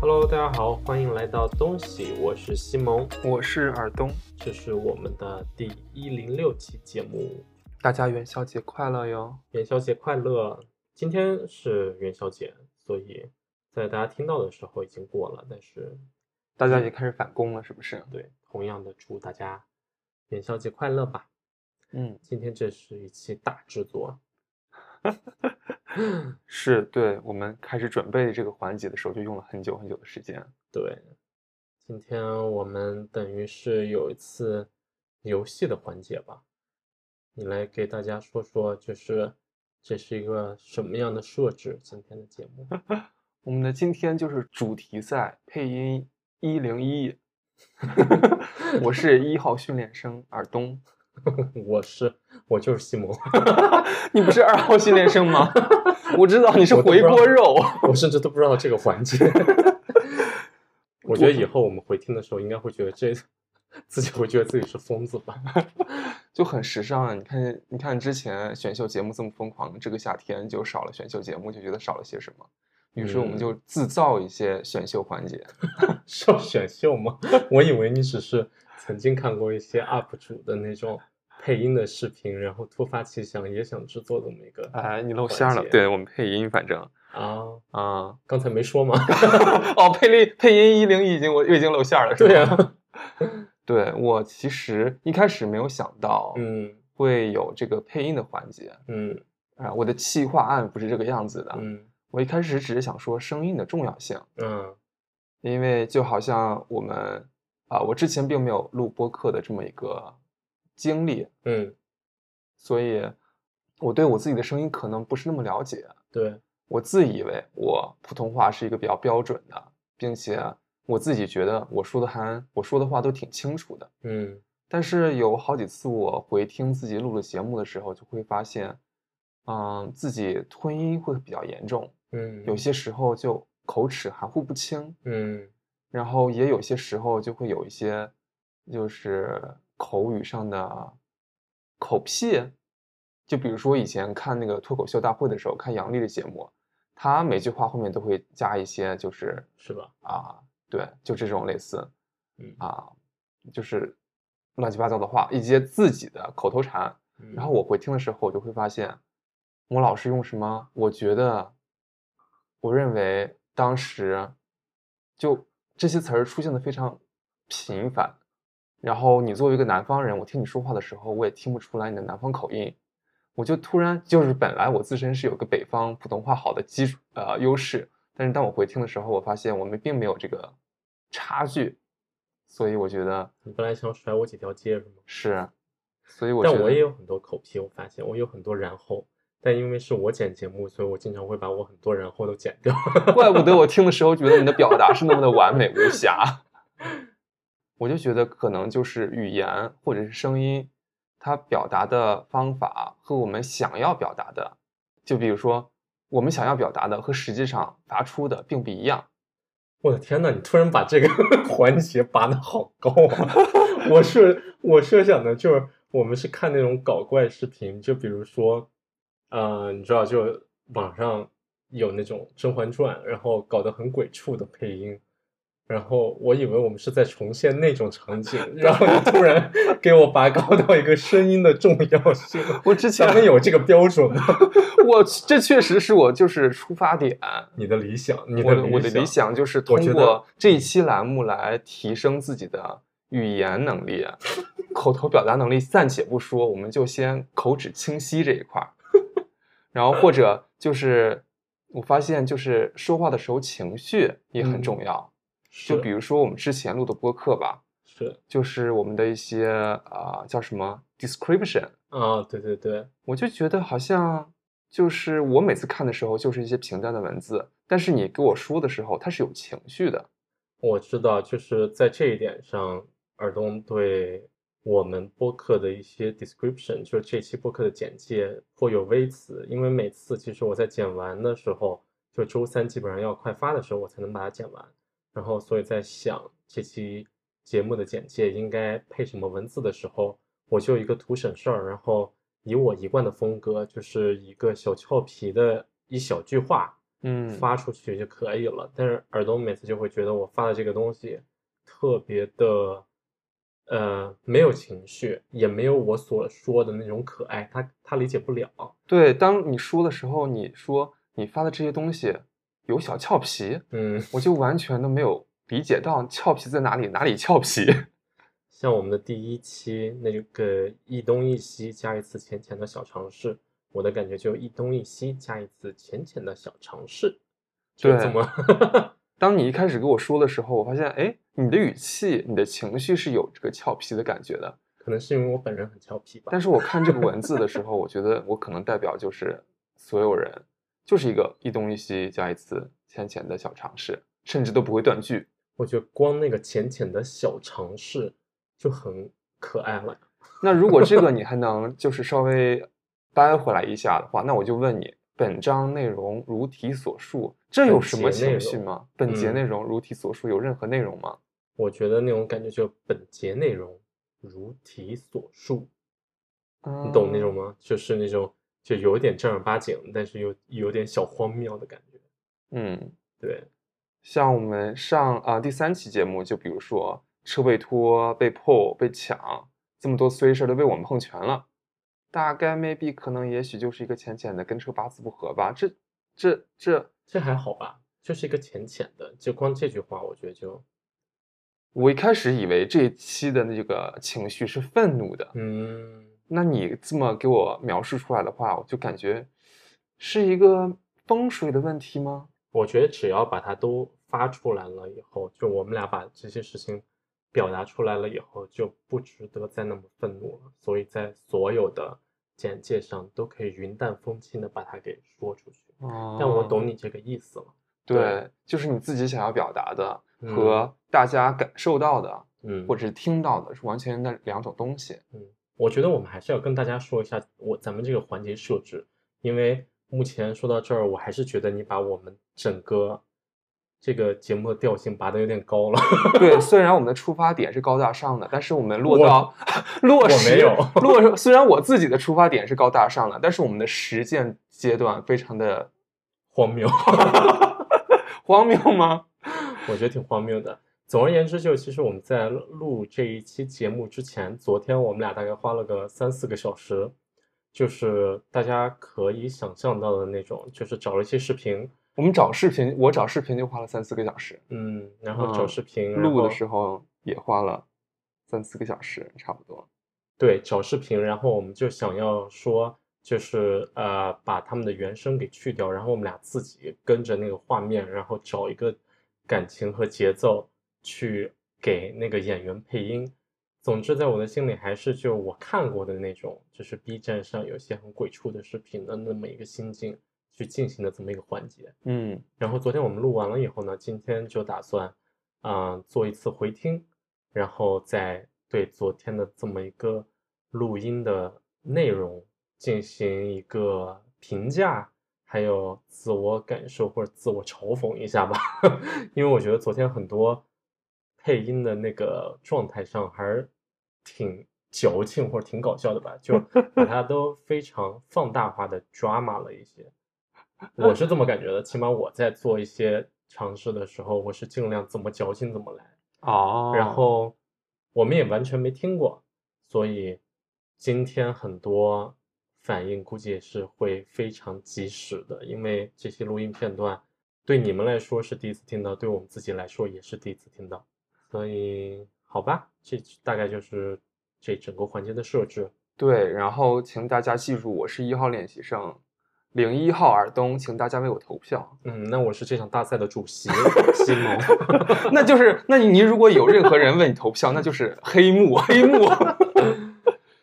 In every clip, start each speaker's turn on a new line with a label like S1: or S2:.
S1: Hello，大家好，欢迎来到东西，我是西蒙，
S2: 我是尔东，
S1: 这是我们的第一零六期节目，
S2: 大家元宵节快乐哟！
S1: 元宵节快乐！今天是元宵节，所以在大家听到的时候已经过了，但是
S2: 大家也开始返工了，是不是？
S1: 对，同样的祝大家元宵节快乐吧。
S2: 嗯，
S1: 今天这是一期大制作，
S2: 是对。我们开始准备这个环节的时候，就用了很久很久的时间。
S1: 对，今天我们等于是有一次游戏的环节吧，你来给大家说说，就是这是一个什么样的设置？今天的节目
S2: 我们的今天就是主题赛配音一零一，我是一号训练生尔东，
S1: 我是我就是西蒙，
S2: 你不是二号训练生吗？我知道你是
S1: 我都不
S2: 回
S1: 知道
S2: 锅肉。
S1: 我甚至都不知道这个环节。 我觉得以后我们回听的时候，应该会觉得这 自己会觉得自己是疯子吧？
S2: 就很时尚啊！你看，你看之前选秀节目这么疯狂，这个夏天就少了选秀节目，就觉得少了些什么。于是我们
S1: 嗯
S2: 就自造一些选秀环节，
S1: 是要选秀吗？ 我以为你只是曾经看过一些 UP 主的那种配音的视频，然后突发奇想也想制作这么一个
S2: 哎，你露
S1: 环
S2: 馅儿了。
S1: 节
S2: 对我们配音，反正
S1: 啊，
S2: 啊，
S1: 刚才没说 吗？
S2: 哦，配力配音一零已经我已经露馅儿了，是
S1: 对
S2: 吧
S1: 啊，
S2: 对我其实一开始没有想到
S1: 嗯
S2: 会有这个配音的环节
S1: 嗯
S2: 啊，我的企划案不是这个样子的。
S1: 嗯
S2: 我一开始只是想说声音的重要性，
S1: 嗯
S2: 因为就好像我们啊、我之前并没有录播客的这么一个经历，
S1: 嗯，
S2: 所以我对我自己的声音可能不是那么了解。
S1: 对，
S2: 我自以为我普通话是一个比较标准的，并且我自己觉得我说的还我说的话都挺清楚的。
S1: 嗯
S2: 但是有好几次我回听自己录的节目的时候，就会发现，嗯，自己吞音会比较严重，
S1: 嗯，
S2: 有些时候就口齿含糊不清。
S1: 嗯
S2: 然后也有些时候就会有一些，就是口语上的口癖，就比如说以前看那个脱口秀大会的时候，看杨笠的节目，他每句话后面都会加一些，就是
S1: 是吧？
S2: 啊，对，就这种类似
S1: 嗯
S2: 啊，就是乱七八糟的话，一些自己的口头禅。
S1: 嗯
S2: 然后我回听的时候，我就会发现，我老是用什么？我觉得，我认为当时就这些词儿出现的非常频繁。然后你作为一个南方人，我听你说话的时候，我也听不出来你的南方口音。我就突然就是本来我自身是有个北方普通话好的基础呃优势，但是当我回听的时候，我发现我们并没有这个差距，所以我觉得
S1: 你本来想甩我几条街是吗？
S2: 是，所以我觉
S1: 但
S2: 得
S1: 我也有很多口癖，我发现我有很多然后，但因为是我剪节目，所以我经常会把我很多然后都剪掉。
S2: 怪不得我听的时候觉得你的表达是那么的完美无瑕。我就觉得可能就是语言或者是声音，它表达的方法和我们想要表达的，就比如说我们想要表达的和实际上发出的并不一样。
S1: 我的天呐，你突然把这个 环节拔得好高啊！我是我设想的就是，我们是看那种搞怪视频，就比如说，呃，你知道，就网上有那种《甄嬛传》，然后搞得很鬼畜的配音，然后我以为我们是在重现那种场景，然后你突 然给我拔高到一个声音的重要性，
S2: 我啊之前
S1: 咱们有这个标准吗？
S2: 我这确实是我就是出发点，
S1: 你的理想，你
S2: 我
S1: 的
S2: 的我的理想就是
S1: 我觉得
S2: 通过这一期栏目来提升自己的语言能力、口头表达能力，暂且不说，我们就先口齿清晰这一块儿。然后或者就是我发现，就是说话的时候情绪也
S1: 嗯
S2: 很重要。
S1: 是
S2: 就比如说我们之前录的播客吧，
S1: 是
S2: 就是我们的一些啊、呃叫什么 description，
S1: 啊，对对对，
S2: 我就觉得好像就是我每次看的时候就是一些平淡的文字，但是你给我说的时候，它是有情绪的。
S1: 我知道，就是在这一点上，尔东对我们播客的一些 description，就是这期播客的简介颇有微词。因为每次其实我在剪完的时候，就周三基本上要快发的时候，我才能把它剪完。然后，所以在想这期节目的简介应该配什么文字的时候，我就一个图省事儿，然后以我一贯的风格，就是一个小俏皮的一小句话，
S2: 嗯，
S1: 发出去就可以了。但是耳东每次就会觉得我发的这个东西特别的，呃，没有情绪，也没有我所说的那种可爱，他他理解不了。
S2: 对，当你说的时候，你说你发的这些东西有小俏皮，
S1: 嗯，
S2: 我就完全都没有理解到俏皮在哪里，哪里俏皮。
S1: 像我们的第一期那个一东一西加一次浅浅的小尝试，我的感觉就一东一西加一次浅浅的小尝试，就
S2: 对
S1: 这么
S2: 当你一开始跟我说的时候，我发现，哎，你的语气、你的情绪是有这个俏皮的感觉的。
S1: 可能是因为我本人很调皮吧。
S2: 但是我看这个文字的时候，我觉得我可能代表就是所有人，就是一个一东一西加一次浅浅的小尝试，甚至都不会断句。
S1: 我觉得光那个浅浅的小尝试就很可爱了。
S2: 那如果这个你还能就是稍微掰回来一下的话，那我就问你，本章内容如题所述，这有什么
S1: 本节内
S2: 情
S1: 容
S2: 绪吗？本节
S1: 嗯
S2: 内容如题所述有任何内容吗？
S1: 我觉得那种感觉就本节内容如题所述，你
S2: 你
S1: 懂那种吗？就是那种就有点正儿八经，但是又有点小荒谬的感觉。
S2: 嗯，
S1: 对，
S2: 像我们上啊、第三期节目，就比如说车被拖、被破、被抢，这么多衰事儿都被我们碰全了。大概 maybe 可能也许就是一个浅浅的跟车八字不合吧。这这这，
S1: 这还好吧，就是一个浅浅的，就光这句话，我觉得就
S2: 我一开始以为这一期的那个情绪是愤怒的，
S1: 嗯，
S2: 那你这么给我描述出来的话，我就感觉是一个风水的问题吗？
S1: 我觉得只要把它都发出来了以后，就我们俩把这些事情表达出来了以后，就不值得再那么愤怒了。所以在所有的简介上都可以云淡风轻的把它给说出去。 但我懂
S2: 你，
S1: 你这个意思了。
S2: 哦对，就是你自己想要表达的
S1: 嗯
S2: 和大家感受到的。
S1: 嗯，
S2: 或者是听到的是完全的两种东西。
S1: 我觉得我们还是要跟大家说一下我咱们这个环节设置，因为目前说到这儿，我还是觉得你把我们整个这个节目的调性拔得有点高了。
S2: 对，虽然我们的出发点是高大上的，但是我们落
S1: 我
S2: 到落
S1: 我
S2: 实
S1: 没有
S2: 落，虽然我自己的出发点是高大上的，但是我们的实践阶段非常的
S1: 荒谬，
S2: 荒谬吗？
S1: 我觉得挺荒谬的。总而言之，就其实我们在录这一期节目之前，昨天我们俩大概花了个三四个小时，就是大家可以想象到的那种，就是找了一些视频，
S2: 我们找视频，我找视频就花了三四个小时，
S1: 嗯，然后
S2: 嗯
S1: 找视频，然
S2: 录
S1: 后
S2: 的时候也花了三四个小时，差不多。
S1: 对，找视频，然后我们就想要说，就是呃，把他们的原声给去掉，然后我们俩自己跟着那个画面，然后找一个感情和节奏去给那个演员配音。总之，在我的心里还是就我看过的那种，就是 B 站上有些很鬼畜的视频的那么一个心境去进行的这么一个环节。
S2: 嗯，
S1: 然后昨天我们录完了以后呢，今天就打算，嗯、做一次回听，然后再对昨天的这么一个录音的内容进行一个评价，还有自我感受或者自我嘲讽一下吧， 因为我觉得昨天很多配音的那个状态上还是挺矫情或者挺搞笑的吧，就把它都非常放大化的 drama 了一些。我是这么感觉的，起码我在做一些尝试的时候，我是尽量怎么矫情怎么来。
S2: 哦
S1: 然后我们也完全没听过，所以今天很多反应估计也是会非常及时的，因为这些录音片段对你们来说是第一次听到，对我们自己来说也是第一次听到，所以好吧，这大概就是这整个环节的设置。
S2: 对，然后请大家记住，我是一号练习生，零一号尔东，请大家为我投票。
S1: 嗯，那我是这场大赛的主席西蒙。
S2: 那就是，那你如果有任何人为你投票，那就是黑幕，黑幕。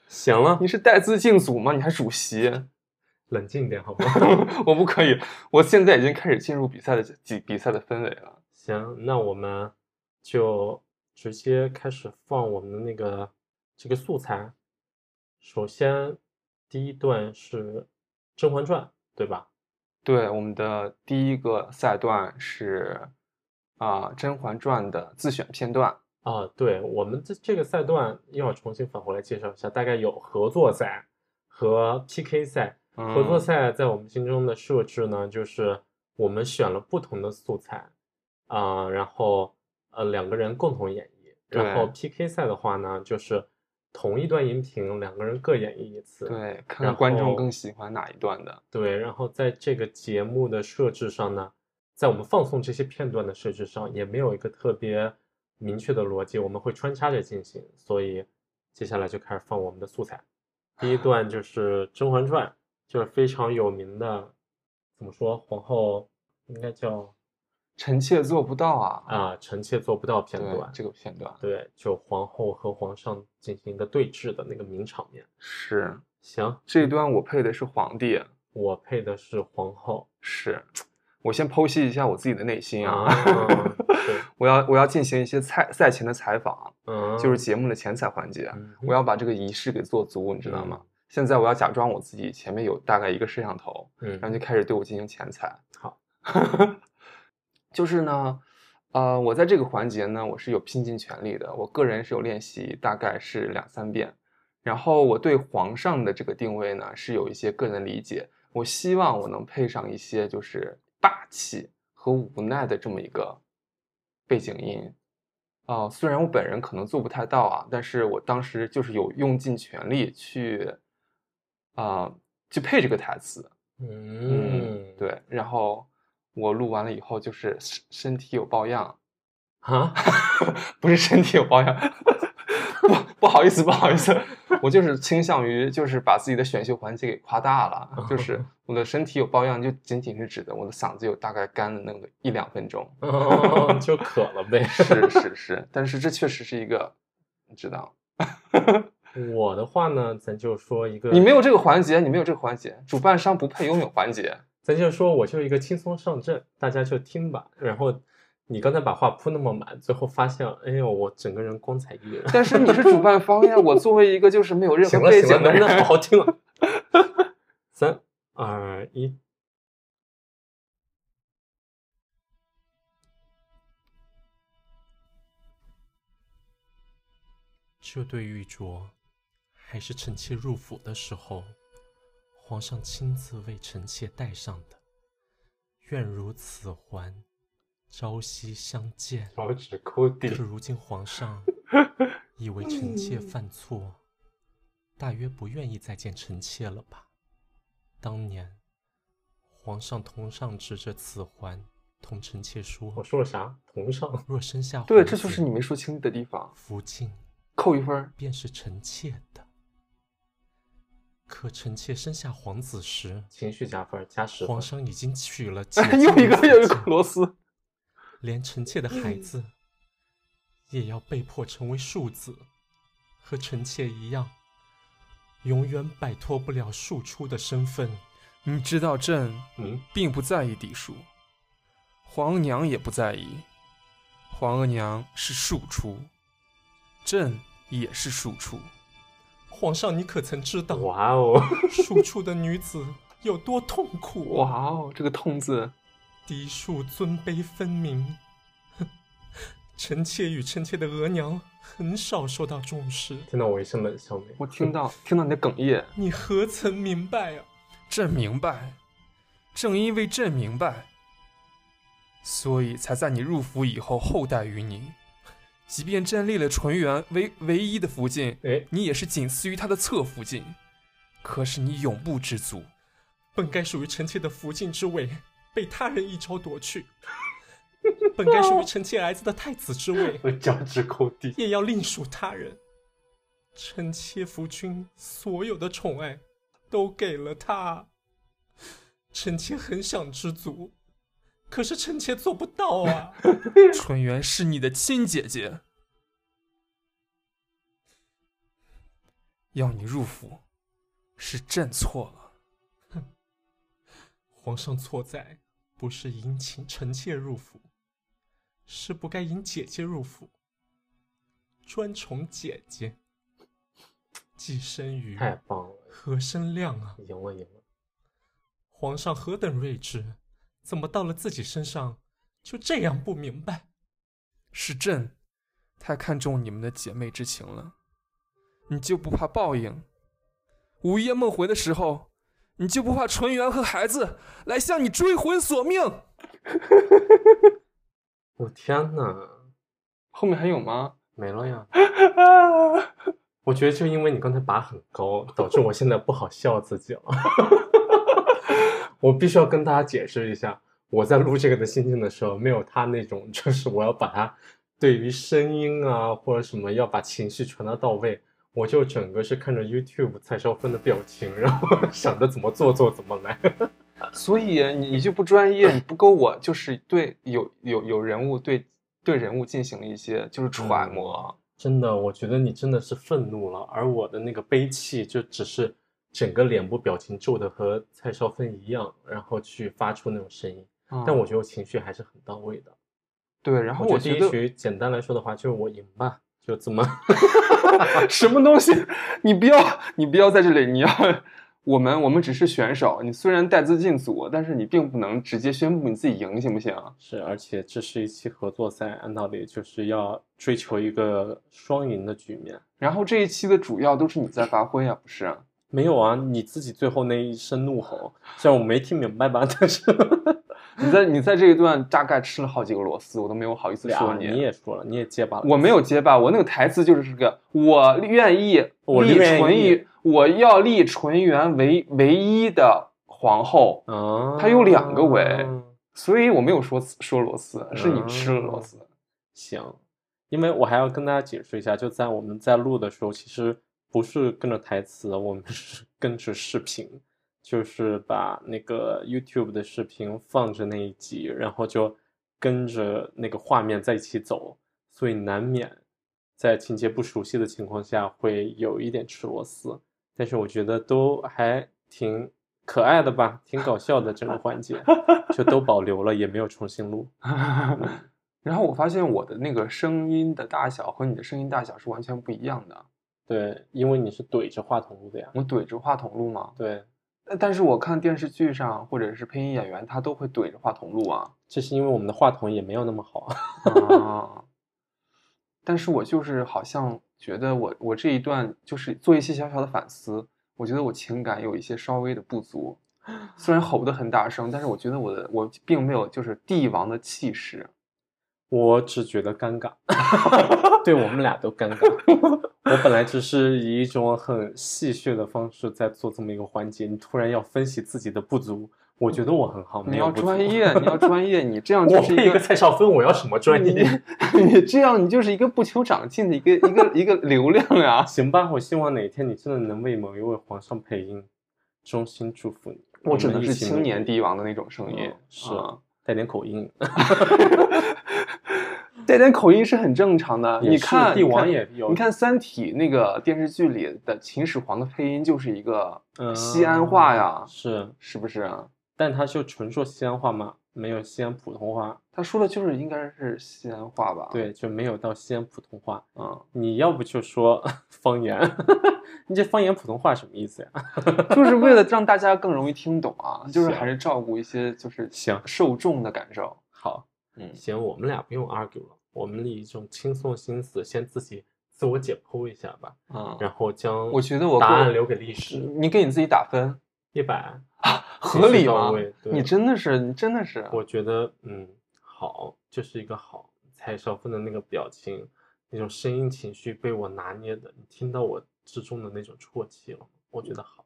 S1: 行了，
S2: 你是带资进组吗？你还主席？
S1: 冷静一点好不好？
S2: 我不可以，我现在已经开始进入比赛的比比赛的氛围了。
S1: 行，那我们就直接开始放我们的那个这个素材。首先，第一段是《甄嬛传》，对吧？
S2: 对，我们的第一个赛段是啊，甄嬛传》的自选片段。
S1: 啊，对，我们这这个赛段又要重新返回来介绍一下，大概有合作赛和 PK 赛。合作
S2: 嗯
S1: 赛在我们心中的设置呢，就是我们选了不同的素材，啊、然后呃两个人共同演绎，然后 PK 赛的话呢，就是同一段音频两个人各演绎一次，
S2: 对，看
S1: 然
S2: 看观众
S1: 后
S2: 更喜欢哪一段的。
S1: 对，然后在这个节目的设置上呢，在我们放送这些片段的设置上，也没有一个特别明确的逻辑，我们会穿插着进行。所以接下来就开始放我们的素材。第
S2: 啊
S1: 一段就是《甄嬛传》，就是非常有名的，怎么说，皇后应该叫
S2: 臣妾做不到啊！
S1: 啊，臣妾做不到片
S2: 对
S1: 段。
S2: 这个片段
S1: 对，就皇后和皇上进行一个对峙的那个名场面。
S2: 是
S1: 行，
S2: 这一段，我配的是皇帝，
S1: 我配的是皇后
S2: 是。我先剖析一下我自己的内心啊，
S1: 对，
S2: 我要我要进行一些赛赛前的采访，
S1: 嗯，
S2: 就是节目的前采环节，
S1: 嗯
S2: 我要把这个仪式给做足，你知道吗？现在我要假装我自己前面有大概一个摄像头，
S1: 嗯
S2: 然后就开始对我进行前采。
S1: 好，
S2: 就是呢，呃，我在这个环节呢，我是有拼尽全力的，我个人是有练习，大概是两三遍。然后我对皇上的这个定位呢，是有一些个人理解。我希望我能配上一些就是霸气和无奈的这么一个背景音。啊、虽然我本人可能做不太到啊，但是我当时就是有用尽全力去，啊、去配这个台词。
S1: 嗯，
S2: 对。然后我录完了以后，就是身身体有抱恙，
S1: 啊，
S2: 不是身体有抱恙， 不不好意思，不好意思，我就是倾向于就是把自己的选秀环节给夸大了， 就是我的身体有抱恙，就仅仅是指的我的嗓子有大概干了那么一两分 钟。
S1: 哦就渴了呗。
S2: 是是是，但是这确实是一个，你知道，
S1: 我的话呢，咱就说一个，
S2: 你没有这个环节，你没有这个环节，主办商不配拥有 环节。
S1: 咱就说我就一个轻松上阵，大家就听吧。然后你刚才把话铺那么满，最后发现，哎呦，我整个人光彩溢人。
S2: 但是你是主办方呀，我作为一个就是没有任
S1: 行
S2: 何
S1: 了
S2: 背
S1: 行了，
S2: 景的
S1: 能不 能好
S2: 人，
S1: 好听了？三二一，这对玉镯，还是臣妾入府的时候，皇上亲自为臣妾戴上的。愿如此环，朝夕相见。
S2: 脚趾抠地
S1: 可如今皇上 以为臣妾犯错，大约不愿意再见臣妾了吧？当年皇上同上执着此环，同臣妾说：“
S3: 我说了啥？同上
S1: 若生下
S2: 对，
S1: 皇
S2: 这就是
S1: 子
S2: 你没说清的地方，
S1: 福晋
S2: 扣一分 儿。
S1: 便是臣妾的。可臣妾生下皇子时，
S3: 情绪加分，加十分
S1: 皇。上已经娶 了姐姐
S2: 又一个
S1: 的
S2: 又一个
S1: 福晋
S2: 螺丝，
S1: 连臣妾的孩子也要被迫成为庶子，和臣妾一样，永远摆脱不了庶出的身份。
S4: 你知道朕
S3: 嗯，
S4: 并不在意嫡庶，皇额娘也不在意。皇额娘是庶出，朕也是庶出。
S1: 皇上，你可曾知道
S3: 哇哦，
S1: 庶出的女子有多痛苦？
S2: 哇，哦，这个痛字，
S1: 嫡庶尊卑分明，哼臣妾与臣妾的额娘很少受到重视。
S3: 听到我一声冷笑没？
S2: 我听到听到你的哽咽，
S1: 你何曾明白啊？
S4: 朕明白，正因为 朕明白，所以才在你入府以后厚待于你。即便朕立了纯元为唯一的福晋，
S3: 哎，
S4: 你也是仅次于他的侧福晋，可是你永不知足。
S1: 本该属于臣妾的福晋之位，被他人一招夺去；本该属于臣妾儿子的太子之位，
S3: 我脚趾抠地。
S1: 也要另属他人。臣妾夫君所有的宠爱，都给了他。臣妾很想知足，可是臣妾做不到啊！
S4: 纯元是你的亲姐姐，要你入府，是朕错了。
S1: 皇上错在不是引请臣妾入府，是不该引姐姐入府，专宠姐姐。既生瑜，
S3: 太棒了，
S1: 何生亮啊！
S3: 赢了赢了。
S1: 皇上何等睿智，怎么到了自己身上就这样不明白？
S4: 是朕太看重你们的姐妹之情了，你就不怕报应？午夜梦回的时候，你就不怕纯元和孩子来向你追魂索命？
S1: 我天呐，
S2: 后面还有吗？
S1: 没了 呀！
S2: 啊，
S1: 我觉得就因为你刚才拔很高，导致我现在不好笑自己了。 我必须要跟大家解释一下，我在录这个的心情的时候，没有他那种，就是我要把它对于声音啊或者什么要把情绪传达到位，我就整个是看着 YouTube 蔡少芬的表情，然后想着怎么做做怎么来。
S2: 所以你你就不 专业，你不够我就是对有有有人物对对人物进行了一些就是揣摩，
S1: 真的，我觉得你真的是愤怒了，而我的那个悲戚就只是整个脸部表情皱的和蔡少芬一样，然后去发出那种声音。
S2: 嗯
S1: 但我觉得我情绪还是很到位的。
S2: 对，然后
S1: 我
S2: 我
S1: 觉得第
S2: 觉
S1: 一
S2: 得
S1: 局简单来说的话，就是我赢吧，就这么
S2: 啊什么东西？ 你不要，你不要在这里，你要 我们我们只是选手，你虽然带资进组，但是你并不能直接宣布你自己赢，行不行？
S1: 是。而且这是一期合作赛，按道理就是要追求一个双赢的局面。
S2: 然后这一期的主要都是你在发挥啊，不是？
S1: 没有啊，你自己最后那一声怒吼，虽然我没听明白吧， 但是
S2: 你在你在这一段大概吃了好几个螺丝，我都没有好意思说
S1: 俩你也说了，你也结巴了。
S2: 我没有结巴，我那个台词就是这个，我愿意
S1: 我
S2: 立
S1: 愿
S2: 纯
S1: 意
S2: 元，我要立纯元为唯一的皇后，
S1: 啊，
S2: 它有两个尾所以我没有说说螺丝，是你吃了螺
S1: 嗯
S2: 丝。
S1: 行，因为我还要跟大家解释一下，就在我们在录的时候，其实不是跟着台词，我们是跟着视频，就是把那个 YouTube 的视频放着那一集，然后就跟着那个画面在一起走，所以难免在情节不熟悉的情况下会有一点吃螺丝，但是我觉得都还挺可爱的吧，挺搞笑的整个环节，就都保留了，也没有重新录。
S2: 然后我发现我的那个声音的大小和你的声音大小是完全不一样的。
S1: 对，因为你是怼着话筒录的呀。
S2: 我怼着话筒录吗？
S1: 对，
S2: 呃但是我看电视剧上或者是配音演员，他都会怼着话筒录啊。
S1: 这是因为我们的话筒也没有那么好。
S2: 啊但是我就是好像觉得我我这一段就是做一些小小的反思，我觉得我情感有一些稍微的不 足。虽然吼得很大声，但是我觉得我的我并没有就是帝王的气势。
S1: 我只觉得尴尬， 对我们俩都尴尬。 我本来只是以一种很戏谑的方式在做这么一个环节，你突然要分析自己的不足，我觉得我很好，
S2: 你
S1: 没有
S2: 要
S1: 不足
S2: 专。业，你要专业，你这样就
S1: 我
S2: 是
S1: 配一个蔡少芬，我要什么专业？
S2: 你你这样，你就是一个不求长进的一个一个一个流量啊！
S1: 行吧，我希望哪天你真的能为某一位皇上配音，衷心祝福你。
S2: 我指
S1: 们
S2: 的
S1: 一
S2: 是
S1: 起
S2: 青
S1: 努
S2: 年
S1: 力
S2: 帝王的那种声音
S1: 嗯，是
S2: 啊
S1: 带点口音，
S2: 带点口音是很正常的。
S1: 也
S2: 你
S1: 是
S2: 看，
S1: 帝
S2: 你
S1: 王
S2: 看
S1: 也有
S2: 你看《三体》那个电视剧里的秦始皇的配音就是一个
S1: 嗯
S2: 西安话呀，
S1: 是，
S2: 是不是啊？
S1: 但他就纯说西安话嘛，没有西安普通话，
S2: 他说的就是应该是西安话吧？，
S1: 对，就没有到西安普通话。
S2: 嗯，
S1: 你要不就说 方言，你这方言普通话什么意思呀？
S2: 就是为了让大家更容易听懂啊，就是
S1: 行
S2: 还是照顾一些就是
S1: 行
S2: 受众的感受。
S1: 好，
S2: 嗯
S1: 行，我们俩不用 argue 了，我们以一种轻松的心思，先自己自我解剖一下吧，
S2: 嗯，
S1: 然后将
S2: 我觉得我
S1: 答
S2: 个
S1: 案
S2: 人
S1: 留给历史，
S2: 你给你自己打分
S1: 一百
S2: 合理
S1: 到
S2: 吗？
S1: 位。对
S2: 你真的是，你真的是，啊
S1: 我觉得，嗯，好，就是一个好。蔡少芬的那个表情，那种声音情绪被我拿捏的，你听到我之中的那种啜泣了，我觉得好。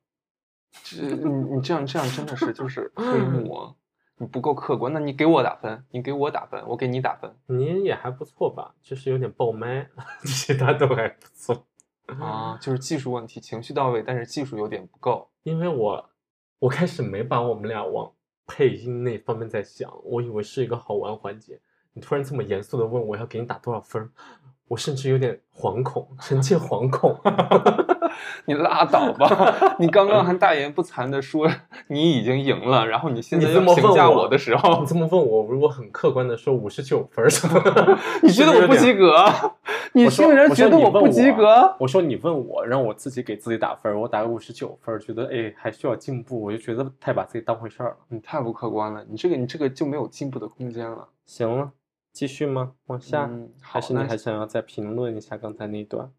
S2: 这你你这样这样真的 是就是黑幕，你不够客观。那你给我打分，你给我打分，我给你打分
S1: 您也还不错吧，就是有点爆麦， 其他都还不错。嗯
S2: 啊，就是技术问题，情绪到位，但是技术有点不够。
S1: 因为我我开始没把我们俩往配音那方面在想，我以为是一个好玩环节。你突然这么严肃的问我要给你打多少分儿，我甚至有点惶恐，臣妾惶恐。
S2: 你拉倒吧， 你刚刚还大言不惭的说你已经赢了，然后你现在
S1: 你
S2: 要
S1: 这么
S2: 评价
S1: 问我
S2: 我的时
S1: 你
S2: 候，
S1: 这么问我，如果很客观的说五十九分儿，
S2: 你觉得我不及
S1: 格？
S2: 格？你
S1: 我说
S2: 竟然
S1: 我
S2: 觉
S1: 说
S2: 得
S1: 你
S2: 我
S1: 问
S2: 不及
S1: 我
S2: 格？
S1: 我说你问我，让我自己给自己打分儿，我打个五十九分儿，觉得哎还需要进步，我就觉得太把自己当回事儿了。
S2: 你太不客观了，你这个你这个就没有进步的空间了。
S1: 行了，继续吗？往下，
S2: 嗯，好
S1: 还是你
S2: 那
S1: 还想要再评论一下刚才那一段？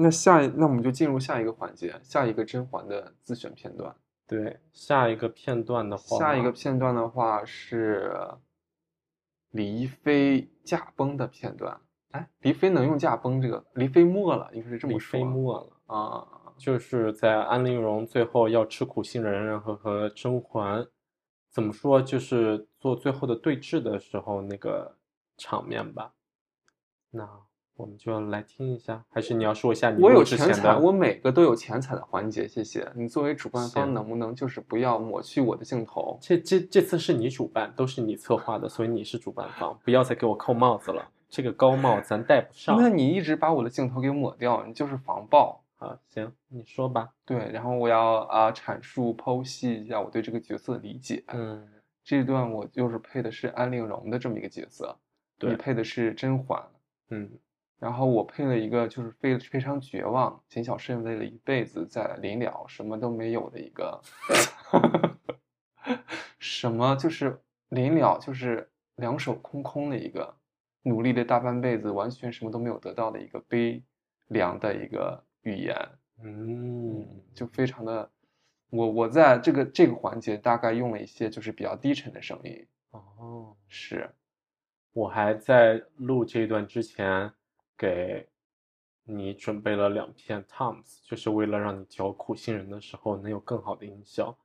S2: 那下一，那我们就进入下一个环节，下一个甄嬛的自选片段。
S1: 对，下一个片段的话，
S2: 下一个片段的话是李一飞驾崩的片段。哎，黎飞能用驾崩这个？黎飞没了，应该是这么
S1: 李
S2: 说。
S1: 飞没了，
S2: 啊，
S1: 就是在安陵容最后要吃苦杏仁，然后和甄嬛怎么说，就是做最后的对峙的时候那个场面吧。那我们就来听一下，还是你要说一下你
S2: 我有
S1: 嗯录之前
S2: 钱财，
S1: 的？
S2: 我每个都有钱财的环节，谢谢你作为主办方
S1: 行
S2: 能不能就是不要抹去我的镜头？
S1: 这这这次是你主办，都是你策划的，所以你是主办方，不要再给我扣帽子了，这个高帽咱戴不上。
S2: 那你一直把我的镜头给抹掉，你就是防爆。
S1: 好，行，你说吧。
S2: 对，然后我要啊、阐述剖析一下我对这个角色的理解。
S1: 嗯，
S2: 这一段我就是配的是安陵容的这么一个角色，你
S1: 对
S2: 配的是甄嬛，
S1: 嗯，
S2: 然后我配了一个就是非非常绝望，谨小慎微了一辈子，在临了什么都没有的一个， 什么就是临了就是两手空空的一个，努力了大半辈子，完全什么都没有得到的一个悲凉的一个语言。
S1: 嗯，
S2: 就非常的，我我在这个这个环节大概用了一些就是比较低沉的声音，
S1: 哦，
S2: 是
S1: 我还在录这一段之前给你准备了两片 toms，就是为了让你嚼苦杏仁的时候能有更好的音效。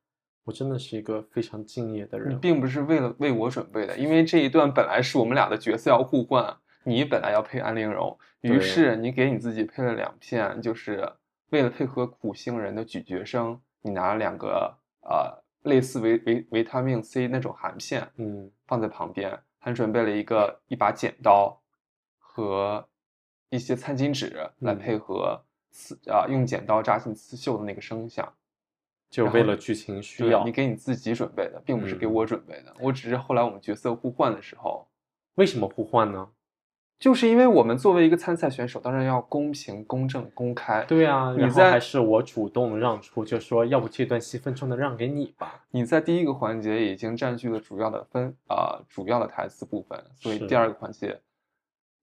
S1: 我真的是一个非常敬业的
S2: 你
S1: 人，
S2: 并不是为了为我准备的，因为这一段本来是我们俩的角色要互换，你本来要配安陵容，于
S1: 对
S2: 是你给你自己配了两片，就是为了配合苦杏仁的咀嚼声，你拿了两个呃类似维维维他命 C 那种含片，
S1: 嗯，
S2: 放在旁边，还准备了一个一把剪刀和一些餐巾纸来
S1: 嗯
S2: 配合刺啊、用剪刀扎进刺绣的那个声响。
S1: 就
S2: 然
S1: 为
S2: 后
S1: 了剧情需
S2: 对
S1: 要
S2: 你。给你自己准备的，并不是给
S1: 嗯
S2: 我准备的。我只是后来我们角色互换的时候，
S1: 为什么互换呢？
S2: 就是因为我们作为一个参赛选手，当然要公平、公正、公开。
S1: 对啊，
S2: 你
S1: 然后
S2: 在
S1: 还是我主动让出，就说要不这段戏分钟的让给你吧。
S2: 你在第一个环节已经占据了主要的分啊、主要的台词部分，所以
S1: 是
S2: 第二个环节，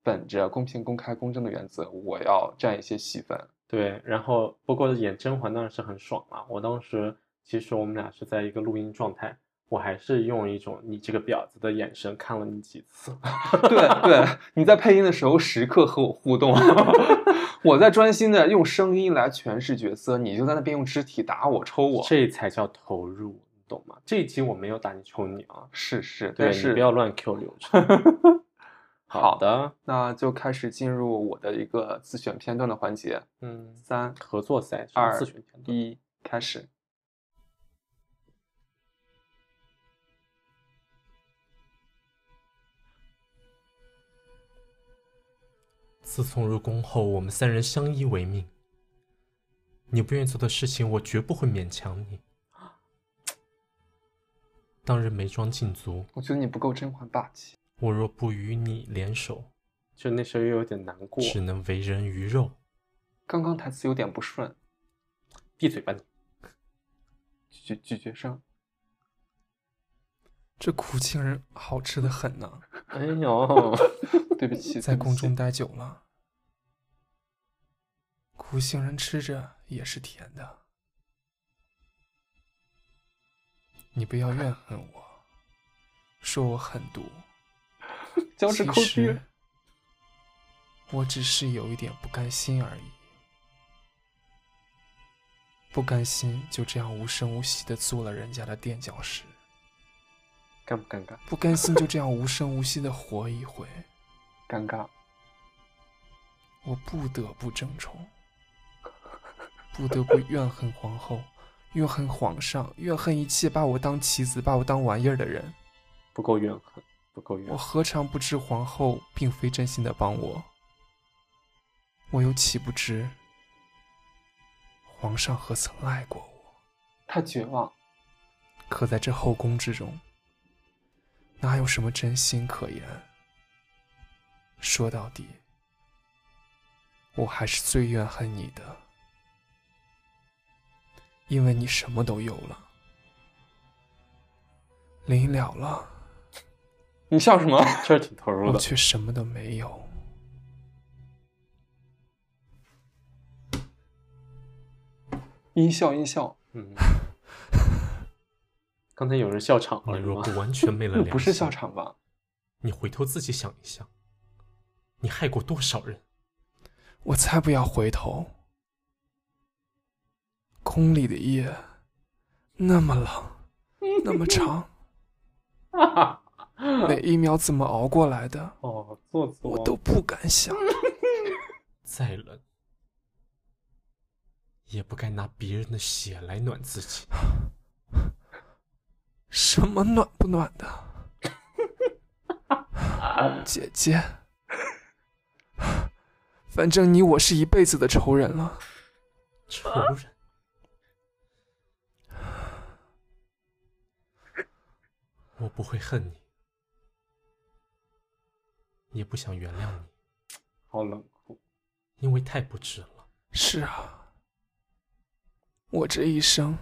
S2: 本着公平、公开、公正的原则，我要占一些戏 份。
S1: 对，然后不过演甄嬛当然是很爽了。我当时其实我们俩是在一个录音状态，我还是用一种你这个婊子的眼神看了你几次。
S2: 对对，你在配音的时候时刻和我互动， 我在专心的用声音来诠释角色，你就在那边用肢体打我、抽我。
S1: 这才叫投入，你懂吗？这一集我没有打你抽你啊，
S2: 是是，
S1: 对
S2: 但
S1: 你
S2: 是
S1: 不要乱 Q 流程。好的，
S2: 那就开始进入我的一个自选片段的环节，
S1: 嗯，
S2: 三
S1: 合作赛是
S2: 二
S1: 自选片段，
S2: 一，开始。
S3: 自从入宫后，我们三人相依为命。你不愿意做的事情，我绝不会勉强你。当日眉庄禁足，
S2: 我觉得你不够甄嬛霸气，
S3: 我若不与你联手，
S1: 就那时候又有点难过。
S3: 只能为人鱼肉。
S2: 刚刚台词有点不顺，
S1: 闭嘴吧你！
S2: 咀咀嚼声。
S4: 这苦杏仁好吃的很呢、
S1: 哎呦，
S2: 对不起，
S4: 在
S2: 对不
S4: 宫
S2: 起
S4: 中待久了，苦杏仁吃着也是甜的。你不要怨恨我，说我狠毒，
S2: 脚趾抠
S4: 其
S2: 地
S4: 实，我只是有一点不甘心而已。不甘心就这样无声无息的做了人家的垫脚石，
S1: 尴不尴尬？
S4: 不甘心就这样无声无息的活一回。
S2: 尴尬。
S4: 我不得不争宠，不得不怨恨皇后，怨恨皇上，怨恨一切把我当棋子、把我当玩意儿的人。
S1: 不够怨恨，不够怨
S4: 我
S1: 恨。
S4: 何尝不知皇后并非真心的帮我？我又岂不知皇上何曾爱过我？
S2: 太绝望，
S4: 可在这后宫之中，哪有什么真心可言？说到底，我还是最怨恨你的，因为你什么都有了，临了了，
S2: 你笑什么？
S1: 这挺投入
S4: 我
S1: 的，
S4: 却什么都没有。
S2: 音效音效，
S1: 嗯， 刚才有人笑场
S3: 你
S1: 了是
S3: 若
S1: 吗？
S3: 不完全昧 了
S2: 那
S3: 良心，
S2: 不是笑场吧？
S3: 你回头自己想一想，你害过多少人？
S4: 我才不要回头。宫里的夜那么冷，那么长，每一秒怎么熬过来的，
S1: 哦，做作，
S4: 我都不敢想。
S3: 再冷，也不该拿别人的血来暖自己。
S4: 什么暖不暖的？ 姐姐， 反正你我是一辈子的仇人了。
S3: 仇人， 我不会恨你，也不想原谅你，
S1: 好冷酷。
S3: 因为太不值了。
S4: 是啊，我这一生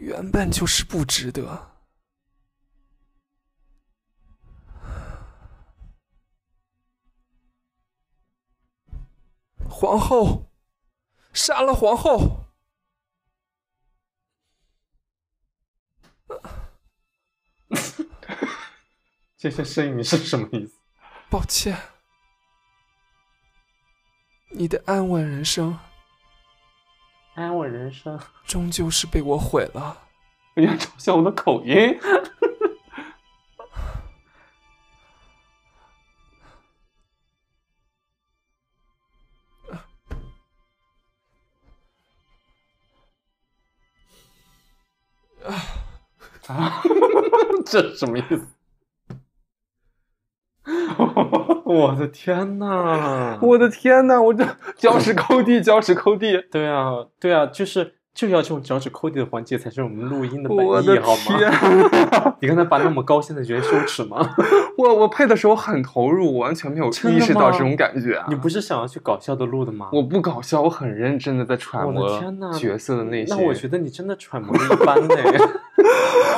S4: 原本就是不值得。皇后，杀了皇后！
S1: 这些声音是什么意思？
S4: 抱歉，你的安稳人生
S1: 安稳人生，
S4: 终究是被我毁了。
S1: 不要嘲笑我的口音。 啊！这什么意思？
S5: 我的天呐！
S2: 嗯
S1: 我的天呐，我 这脚趾抠地，脚趾抠地。对啊，对啊，就是就要这种脚趾抠地的环节才是我们录音的本
S5: 我
S1: 意，
S5: 的啊
S1: 好吗？你刚才拔那么高，现在觉得羞耻吗？
S2: 我我配的时候很投入，我完全没有
S1: 真的
S2: 意识到
S1: 吗
S2: 这种感觉啊
S1: 你！不是想要去搞笑的录的吗？
S2: 我不搞笑，我很认真的在揣
S1: 我的
S2: 摩
S1: 天呐
S2: 角色的内心。
S1: 那我觉得你真的揣摩的一般呢。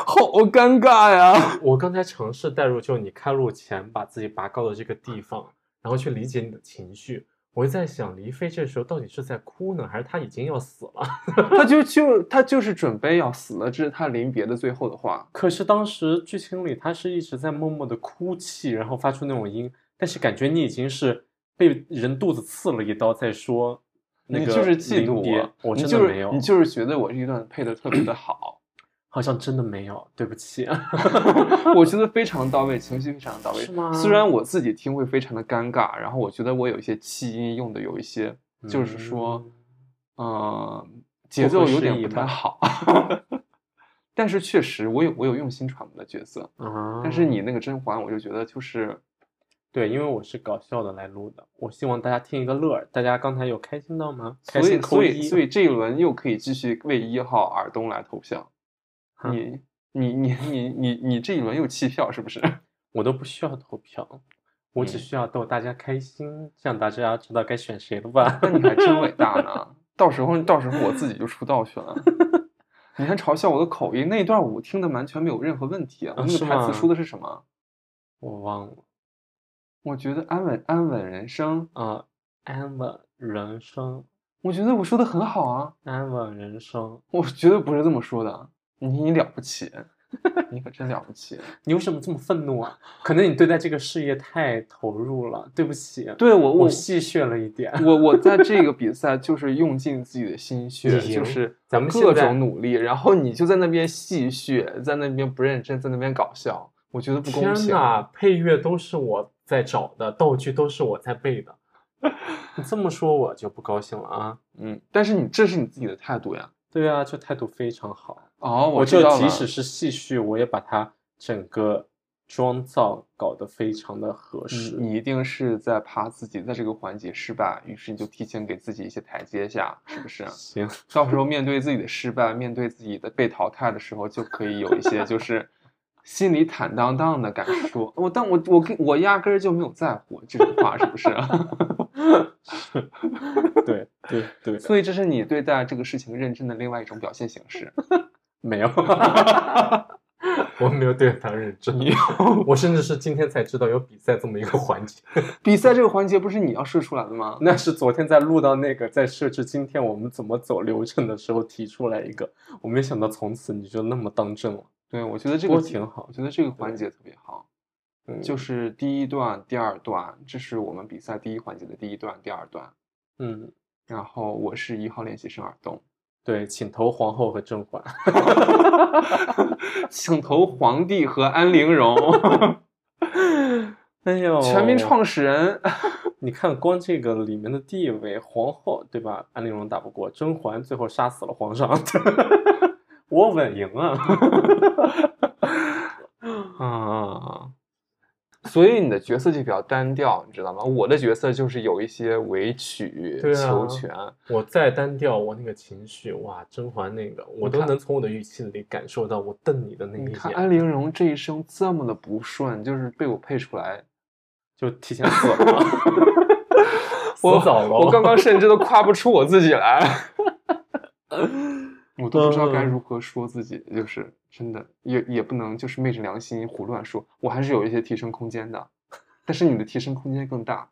S2: 好尴 尬呀！
S5: 我刚才尝试代入，就你开录前把自己拔高的这个地方，然后去理解你的情绪。我就在想，黎飞这时候到底是在哭呢，还是他已经要死了？
S2: 他就就他就是准备要死了，这是他临别的最后的话。
S1: 可是当时剧情里他是一直在默默的哭泣，然后发出那种音，但是感觉你已经是被人肚子刺了一刀，在说那个
S2: 你就是嫉妒
S1: 临别
S2: 我，
S1: 我
S2: 你
S1: 真
S2: 就
S1: 的
S2: 是
S1: 没有，
S2: 你就是觉得我这一段配的特别的好，
S1: 好像真的没有，对不起。啊
S2: 我觉得非常到位，情绪非常到位。
S1: 是吗
S2: 虽然我自己听会非常的尴尬，然后我觉得我有一些气音用的有一些，就是说，嗯、节奏有点不太好。 但是确实，我有我有用心揣摩的角色，
S1: 啊
S2: 但是你那个甄嬛，我就觉得就是
S1: 对，因为我是搞笑的来录的，我希望大家听一个乐儿。大家刚才有开心到吗？
S2: 所
S1: 开
S2: 以
S1: 心
S2: 所
S1: 扣
S2: 以
S1: 一。
S2: 所以这一轮又可以继续为一号尔东来投票。
S1: 哈
S2: 你你你你你你这一轮又弃票是不是？
S1: 我都不需要投票，我只
S2: 嗯
S1: 需要逗大家开心，这样大家知道该选谁了吧？
S2: 那你还真伟大呢！到时候到时候我自己就出道去了。你还嘲笑我的口音，那一段我听的完全没有任何问题啊！我
S1: 啊
S2: 那
S1: 是
S2: 个台词
S1: 吗
S2: 说的是什么？
S1: 我忘了
S2: 我觉得安稳安稳人生，
S1: 啊、安稳人生，
S2: 我觉得我说的很好啊！
S1: 安稳人生，
S2: 我绝对不是这么说的，啊你你了不起，你可真了不起！
S1: 你为什么这么愤怒啊？可能你对待这个事业太投入了，对不起，
S2: 对我
S1: 我
S2: 我
S1: 戏谑了一点。
S2: 我我在这个比赛就是用尽自己的心血，
S5: 你赢
S2: 就是
S5: 咱们
S2: 各
S5: 现在
S2: 种努力，然后你就在那边戏谑，在那边不认真，在那边搞笑，我觉得不公
S5: 天
S2: 平。
S5: 呐，配乐都是我在找的，道具都是我在备的。
S1: 你这么说我就不高兴了啊！
S2: 嗯，但是你这是你自己的态度呀。
S1: 对啊，这态度非常好。
S2: 哦，
S1: 我
S2: 知
S1: 就
S2: 道
S1: 即
S2: 了
S1: 使是戏谑，我也把它整个妆造搞得非常的合
S2: 你
S5: 嗯
S1: 适。
S2: 你一定是在怕自己在这个环节失败，于是你就提前给自己一些台阶下，是不是？啊
S1: 行，
S2: 到时候面对自己的失败，面对自己的被淘汰的时候，就可以有一些就是心里坦荡荡的敢说，我但我我跟我压根儿就没有在乎这种话，是不是？
S1: 对对对，
S2: 所以这是你对待这个事情认真的另外一种表现形式。
S1: 没有。
S3: 我没有对他认真， 我甚至是今天才知道有比赛这么一个环节。
S2: 比赛这个环节不是你要设出来的吗？
S1: 那是昨天在录到那个在设置今天我们怎么走流程的时候提出来一个，我没想到从此你就那么当真了。
S2: 对，我觉得这
S1: 不
S2: 个
S1: 过挺好
S2: 我觉得这个环节特别好，
S1: 嗯，
S2: 就是第一段、第二段，这是我们比赛第一环节的第一段、第二段。
S1: 嗯，
S2: 然后我是一号练习生耳东，
S1: 对，请投皇后和甄嬛。
S2: 请投皇帝和安陵容，哦
S1: 哎呦，
S2: 全民创始人。
S1: 你看，光这个里面的地位，皇后对吧？安陵容打不过，甄嬛最后杀死了皇上， 我稳赢 啊！
S2: 啊，所以你的角色就比较单调，你知道吗？我的角色就是有一些委曲、
S3: 对啊
S2: 求全，
S3: 我再单调，我那个情绪，哇，甄嬛那个，我都能从我的语气里感受到我瞪你的那一
S2: 你看
S1: 哎
S3: 眼。
S2: 安陵容这一生这么的不顺，就是被我配出来，
S1: 就提前死了，
S2: 我
S3: 死早了
S2: 我刚刚甚至都夸不出我自己来，我都不知道该
S1: 嗯
S2: 如何说自己，就是真的也也不能就是昧着良心胡乱说，我还是有一些提升空间的，但是你的提升空间更大。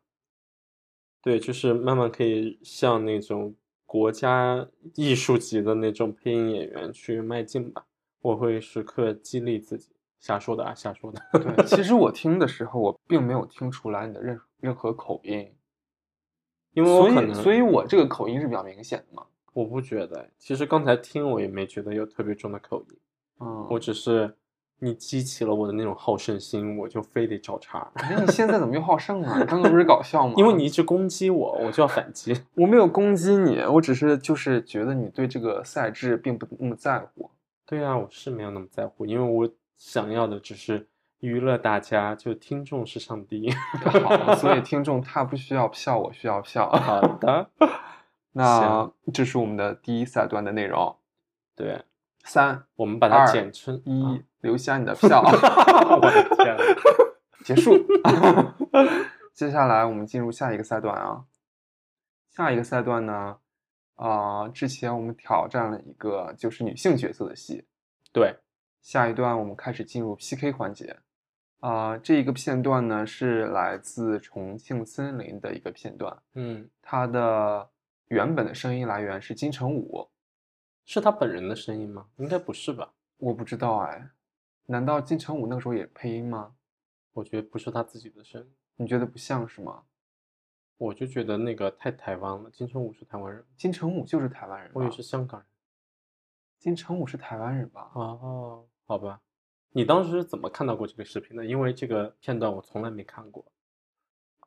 S1: 对，就是慢慢可以向那种国家艺术级的那种配音演员去迈进吧。我会时刻激励自己，瞎说的啊，瞎说的。
S2: 对， 其实我听的时候，我并没有听出来你的任任何口音，
S1: 因为我
S2: 所
S1: 可
S2: 以，
S1: 能，
S2: 所以我这个口音是比较明显的嘛。
S1: 我不觉得。其实刚才听我也没觉得有特别重的口音，
S2: 嗯
S1: 我只是你激起了我的那种好胜心，我就非得找茬儿。
S2: 哎，你现在怎么又好胜啊？你刚刚不是搞笑吗？
S1: 因为你一直攻击我，我就要反击。
S2: 我没有攻击你，我只是就是觉得你对这个赛制并不那么在乎。
S1: 对啊，我是没有那么在乎，因为我想要的只是娱乐大家，就听众是上帝。
S2: 好，所以听众他不需要笑，我需要 笑。
S1: 好的，
S2: 那这是我们的第一赛段的内容。
S1: 对，
S2: 三
S1: 我们把它
S2: 二
S1: 简称
S2: 一
S1: 啊，
S2: 留下你的票。
S1: 我的天啊呐，
S2: 结束。 接下来我们进入下一个赛段啊，下一个赛段呢，啊、之前我们挑战了一个就是女性角色的戏，
S1: 对，
S2: 下一段我们开始进入 PK 环节，啊、这一个片段呢是来自《重庆森林》的一个片段，
S1: 嗯，
S2: 它的原本的声音来源是金城武，
S1: 是他本人的声音吗？应该不是吧？
S2: 我不知道哎，难道金城武那个时候也配音吗？
S1: 我觉得不是他自己的声音，
S2: 你觉得不像是吗？
S1: 我就觉得那个太台湾了。金城武是台湾人，
S2: 金城武就是台湾人吧，
S1: 我以为是香港人。
S2: 金城武是台湾人吧？
S1: 哦，好吧，你当时是怎么看到过这个视频的？因为这个片段我从来没看过。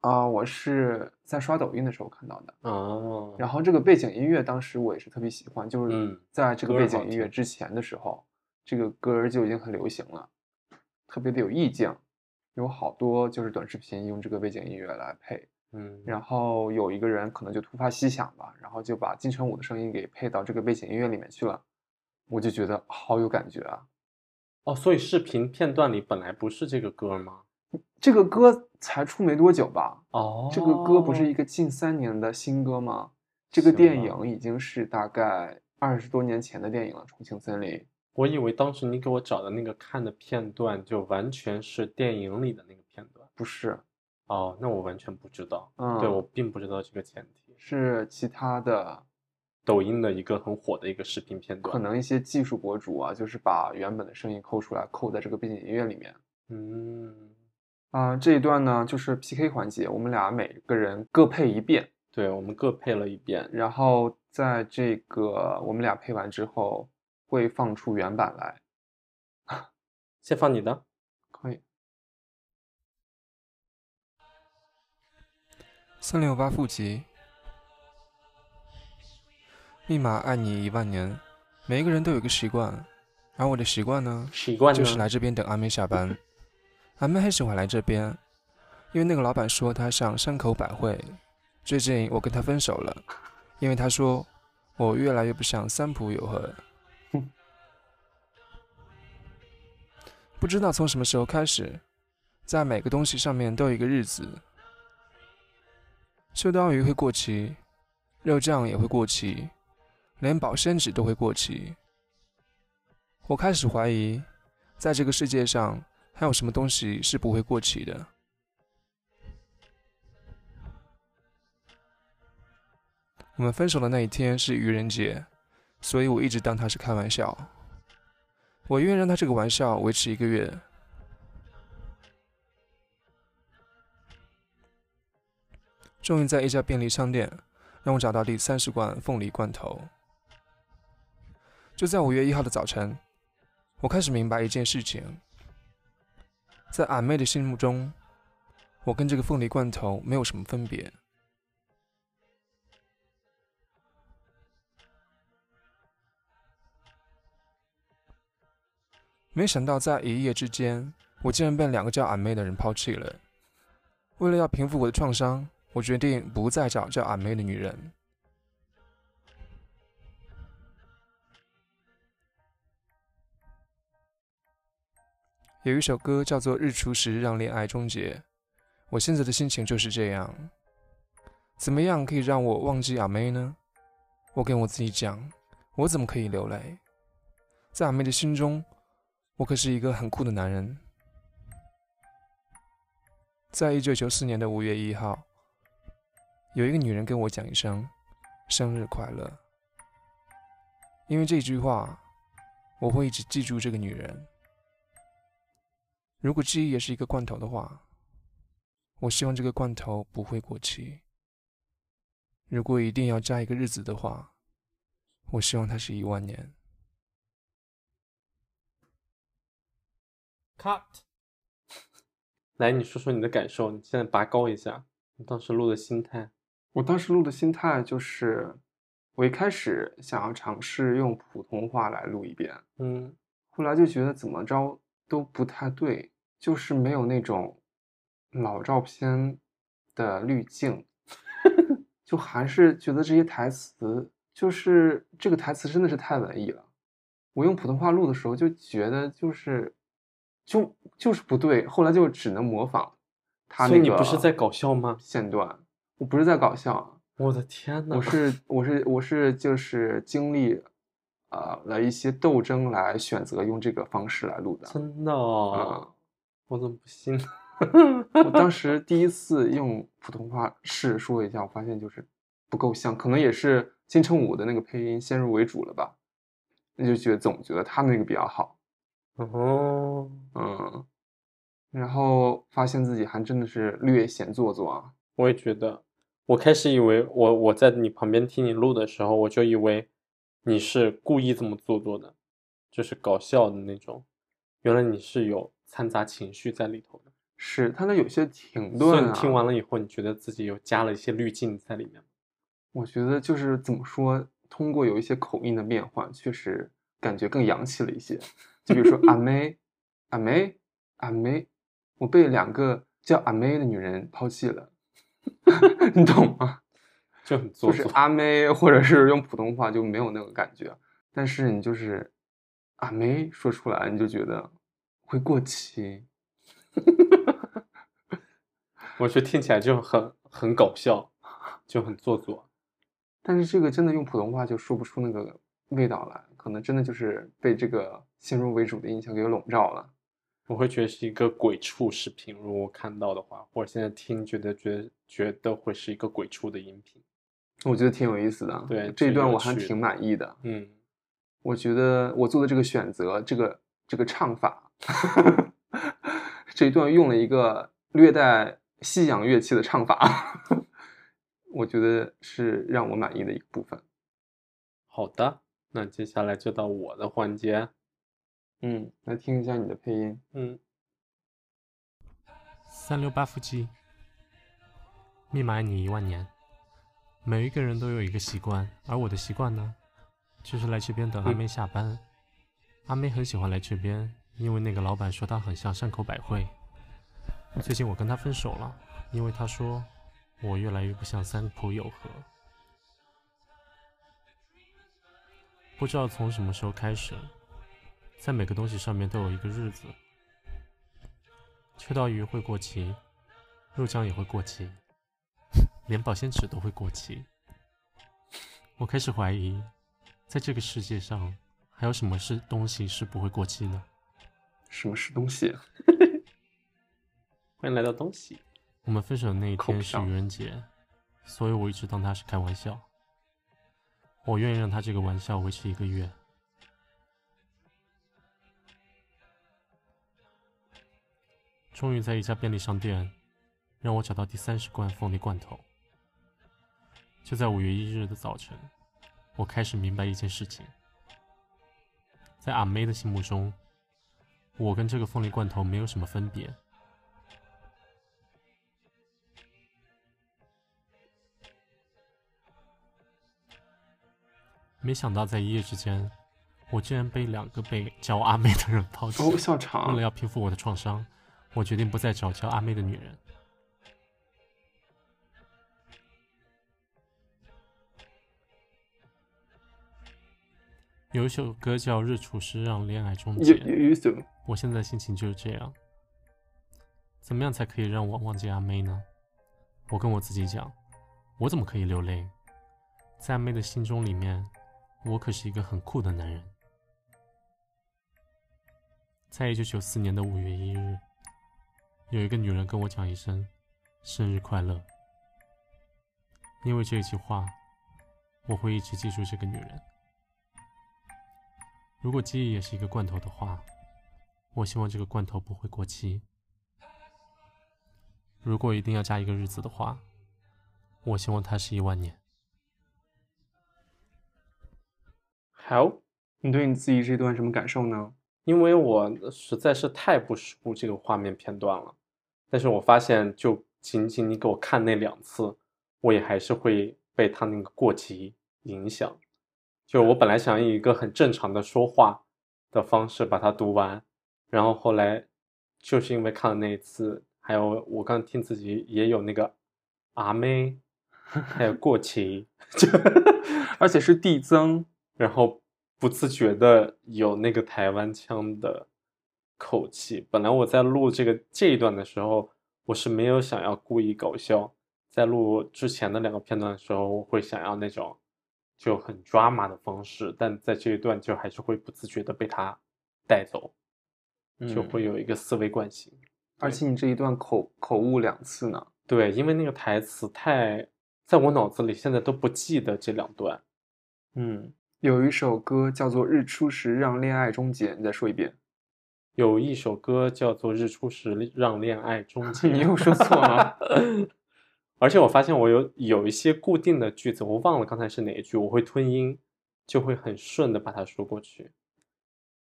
S2: 啊、我是在刷抖音的时候看到的。
S1: 哦，
S2: 然后这个背景音乐当时我也是特别喜欢，就是
S1: 嗯
S2: 在这个
S1: 歌
S2: 背
S1: 儿好
S2: 景音乐
S1: 听
S2: 之前的时候，这个歌儿就已经很流行了，特别的有意境，有好多就是短视频用这个背景音乐来配。
S1: 嗯，
S2: 然后有一个人可能就突发奇想吧，然后就把金城武的声音给配到这个背景音乐里面去了，我就觉得好有感觉啊！
S1: 哦，所以视频片段里本来不是这个歌吗？
S2: 这个歌才出没多久吧，
S1: 哦
S2: 这个歌不是一个近三年的新歌吗？这个
S1: 行
S2: 电
S1: 吧
S2: 影已经是大概二十多年前的电影了，《重庆森林》。
S1: 我以为当时你给我找的那个看的片段，就完全是电影里的那个片段。
S2: 不是，
S1: 哦，那我完全不知道，
S2: 嗯，
S1: 对我并不知道这个前提。
S2: 是其他的，
S1: 抖音的一个很火的一个视频片段，
S2: 可能一些技术博主啊，就是把原本的声音抠出来，扣在这个背景音乐里面。
S1: 嗯，
S2: 啊、这一段呢就是 PK 环节，我们俩每个人各配一遍，
S1: 对，我们各配了一遍，
S2: 然后在这个我们俩配完之后，会放出原版来。
S1: 先放你的，
S2: 可以，
S4: 三六八负极，密码爱你一万年。每一个人都有一个习惯，而我的习惯呢，
S1: 习惯呢
S4: 就是来这边等阿妹下班。阿妹很喜欢来这边，因为那个老板说她想山口百惠。最近我跟她分手了，因为她说我越来越不像三浦友和。不知道从什么时候开始，在每个东西上面都有一个日子。秋刀鱼会过期，肉酱也会过期，连保鲜纸都会过期。我开始怀疑，在这个世界上，还有什么东西是不会过期的？我们分手的那一天是愚人节，所以我一直当它是开玩笑。我愿意让他这个玩笑维持一个月。终于在一家便利商店，让我找到第三十罐凤梨罐头。就在五月一号的早晨，我开始明白一件事情：在俺妹的心目中，我跟这个凤梨罐头没有什么分别。没想到，在一夜之间，我竟然被两个叫俺妹的人抛弃了。为了要平复我的创伤，我决定不再找叫俺妹的女人。有一首歌叫做《日出时让恋爱终结》，我现在的心情就是这样。怎么样可以让我忘记俺妹呢？我跟我自己讲，我怎么可以流泪？在俺妹的心中。我可是一个很酷的男人。在一九九四年的五月一号，有一个女人跟我讲一声“生日快乐”，因为这句话，我会一直记住这个女人。如果记忆也是一个罐头的话，我希望这个罐头不会过期。如果一定要加一个日子的话，我希望它是一万年。
S6: cut。
S1: 来，你说说你的感受，你现在拔高一下，你当时录的心态。
S2: 我当时录的心态就是，我一开始想要尝试用普通话来录一遍，
S1: 嗯，
S2: 后来就觉得怎么着都不太对，就是没有那种老照片的滤镜，就还是觉得这些台词，就是这个台词真的是太文艺了。我用普通话录的时候就觉得就是，就就是不对，后来就只能模仿他那
S1: 所
S2: 个。
S1: 以你不是在搞笑吗？
S2: 线段，我不是在搞笑，
S1: 我的天呐，
S2: 我是我是我是就是经历，呃了一些斗争来选择用这个方式来录的。
S1: 真的、哦
S2: 嗯，
S1: 我怎么不信？
S2: 我 当时第一次用普通话试说一下，我发现就是不够像，可能也是金城武的那个配音先入为主了吧，那就觉得总觉得他那个比较好，
S1: 哦，
S2: 嗯，然后发现自己还真的是略显做作啊，
S1: 我也觉得，我开始以为我我在你旁边听你录的时候，我就以为你是故意这么做作的，就是搞笑的那种。原来你是有掺杂情绪在里头的。
S2: 是他那有些停
S1: 所以
S2: 顿
S1: 你
S2: 啊，
S1: 听完了以后，你觉得自己有加了一些滤镜在里面吗。
S2: 我觉得就是怎么说，通过有一些口音的变换，确实感觉更洋气了一些。就比如说阿妹，阿妹，阿妹，我被两个叫阿妹的女人抛弃了， 你懂吗？
S1: 就很做
S2: 就
S1: 作。
S2: 是啊阿妹，或者是用普通话就没有那个感觉，但是你就是阿妹说出来，你就觉得会过期。
S1: 我觉得听起来就很很搞笑，就很做作。
S2: 但是这个真的用普通话就说不出那个味道来，可能真的就是被这个先入为主的印象给笼罩了。
S1: 我会觉得是一个鬼畜视频，如果我看到的话，或者现在听，觉得觉得觉得会是一个鬼畜的音频。
S2: 我觉得挺有意思的。
S1: 对
S2: 这一
S1: 挺
S2: 段
S1: 有
S2: 我还
S1: 趣的
S2: 挺满意的。
S1: 嗯，
S2: 我觉得我做的这个选择，这个这个唱法， 这一段用了一个略带西洋乐器的唱法，我觉得是让我满意的一个部分。
S1: 好的，那接下来就到我的环节。
S2: 嗯，来听一下你的配音。
S1: 嗯，
S3: 三六八腹肌，密码爱你一万年。每一个人都有一个习惯，而我的习惯呢，就是来这边等阿妹下班。阿妹很喜欢来这边，因为那个老板说她很像山口百惠。最近我跟她分手了，因为她说我越来越不像三浦友和。不知道从什么时候开始，在每个东西上面都有一个日子。秋刀鱼会过期，肉酱也会过期，连保鲜纸都会过期。我开始怀疑，在这个世界上还有什么是东西是不会过期呢？
S2: 什么是东西？
S1: 啊 欢迎来到东西。
S3: 我们分手那一
S2: 扣
S3: 天
S2: 不
S3: 是
S2: 上
S3: 愚人节，所以我一直当他是开玩笑。我愿意让他这个玩笑维持一个月。终于在一家便利商店，让我找到第三十罐凤梨罐头。就在五月一日的早晨，我开始明白一件事情：在阿妹的心目中，我跟这个凤梨罐头没有什么分别。没想到在一夜之间，我竟然被两个被叫阿妹的人抛弃。
S2: 哦，笑
S3: 为了
S2: 场。
S3: 要平复我的创伤，我决定不再找叫阿妹的女人。有一首歌叫《日出时让恋爱终结
S2: 有》，有有什么？
S3: 我现在心情就是这样。怎么样才可以让我忘记阿妹呢？我跟我自己讲，我怎么可以流泪？在阿妹的心中里面，我可是一个很酷的男人。在一九九四年的五月一日，有一个女人跟我讲一声“生日快乐”，因为这一句话，我会一直记住这个女人。如果记忆也是一个罐头的话，我希望这个罐头不会过期。如果一定要加一个日子的话，我希望它是一万年。
S1: 好，
S2: 你对你自己这段什么感受呢？
S1: 因为我实在是太不熟这个画面片段了，但是我发现，就仅仅你给我看那两次，我也还是会被他那个过期影响。就我本来想以一个很正常的说话的方式把它读完，然后后来就是因为看了那一次，还有我刚听自己也有那个阿妹，还有过期，就
S2: 而且是递增，
S1: 然后不自觉的有那个台湾腔的口气。本来我在录这个这一段的时候，我是没有想要故意搞笑，在录之前的两个片段的时候，我会想要那种就很 drama 的方式，但在这一段就还是会不自觉的被他带走，就
S2: 嗯
S1: 会有一个思维惯性。
S2: 而且你这一段口口误两次呢。
S1: 对，因为那个台词太在我脑子里现在都不记得这两段。
S2: 嗯，有一首歌叫做《日出时让恋爱终结》，你再说一遍。
S1: 有一首歌叫做《日出时让恋爱终 结》，
S2: 你又说错 了。
S1: 而且我发现我有有一些固定的句子，我忘了刚才是哪一句，我会吞音，就会很顺的把它说过去。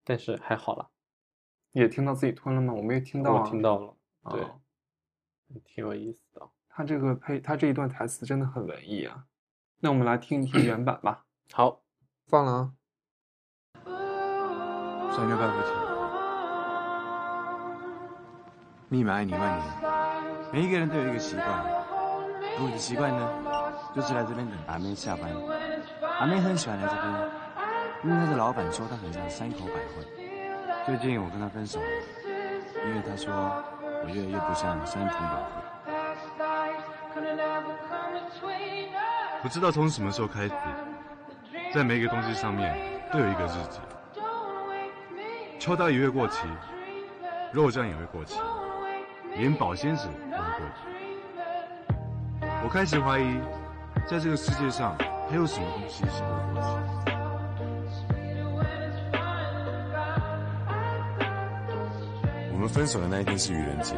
S1: 但是还好啦，
S2: 也听到自己吞了吗？我没有听到、啊。
S1: 我听。到了，对
S2: 哦，
S1: 挺有意思的。
S2: 他这个配，他这一段台词真的很文艺啊。那我们来听一听原版吧。
S1: 好，
S2: 放了啊。
S7: 三月半会停。密码爱你万年。每一个人都有一个习惯，而我的习惯呢，就是来这边等阿妹下班。阿妹很喜欢来这边，因为她的老板说她很像山口百惠。最近我跟她分手了，因为她说我越来越不像山口百惠。不知道从什么时候开始，在每一个东西上面都有一个日期。秋刀鱼会过期，肉酱也会过期，连保鲜纸都会过期。我开始怀疑，在这个世界上还有什么东西是不会过期的？我们分手的那一天是愚人节，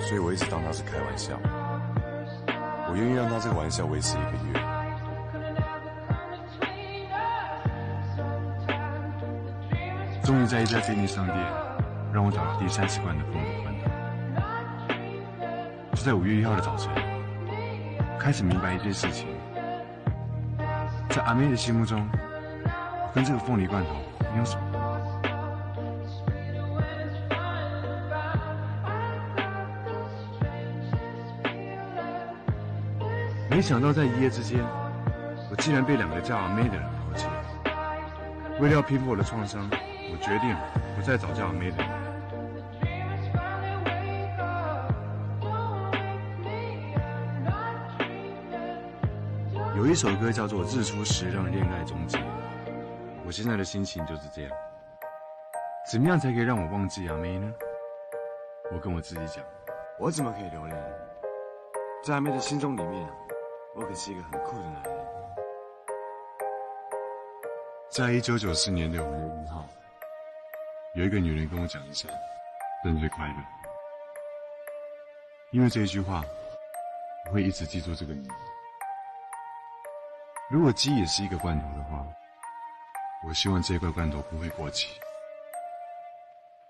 S7: 所以我一直当他是开玩笑。我愿意让他这个玩笑维持一个月。终于在一家便利商店，让我找到第三十罐的凤梨罐头。就在五月一号的早晨，开始明白一件事情：在阿妹的心目中，我跟这个凤梨罐头没有什么。没想到在一夜之间，我竟然被两个叫阿妹的人抛弃了。为了要平复我的创伤，我决定不再找这样的妹子。有一首歌叫做《日出时让恋爱终结》，我现在的心情就是这样。怎么样才可以让我忘记杨梅呢？我跟我自己讲，
S8: 我怎么可以留恋？在阿妹的心中里面，我可是一个很酷的男人。
S7: 在一九九四年的五月一号，有一个女人跟我讲一声“生日快乐”，因为这一句话，我会一直记住这个名字。如果鸡也是一个罐头的话，我希望这块罐头不会过期。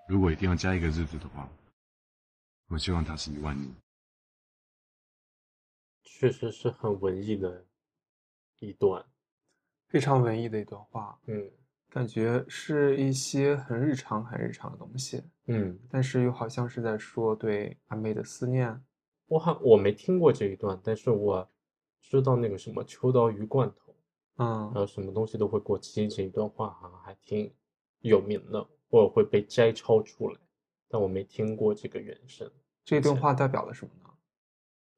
S7: 如果一定要加一个日子的话，我希望它是一万年。
S3: 确实是很文艺的一段，
S2: 非常文艺的一段话，
S3: 嗯
S2: 感觉是一些很日常、很日常的东西，
S3: 嗯，
S2: 但是又好像是在说对阿妹的思念。
S3: 我好我没听过这一段，但是我知道那个什么秋刀鱼罐头，
S2: 嗯
S3: 还有什么东西都会过期这一段话好像还挺有名的，或者会被摘抄出来，但我没听过这个原声，
S2: 这段话代表了什么呢？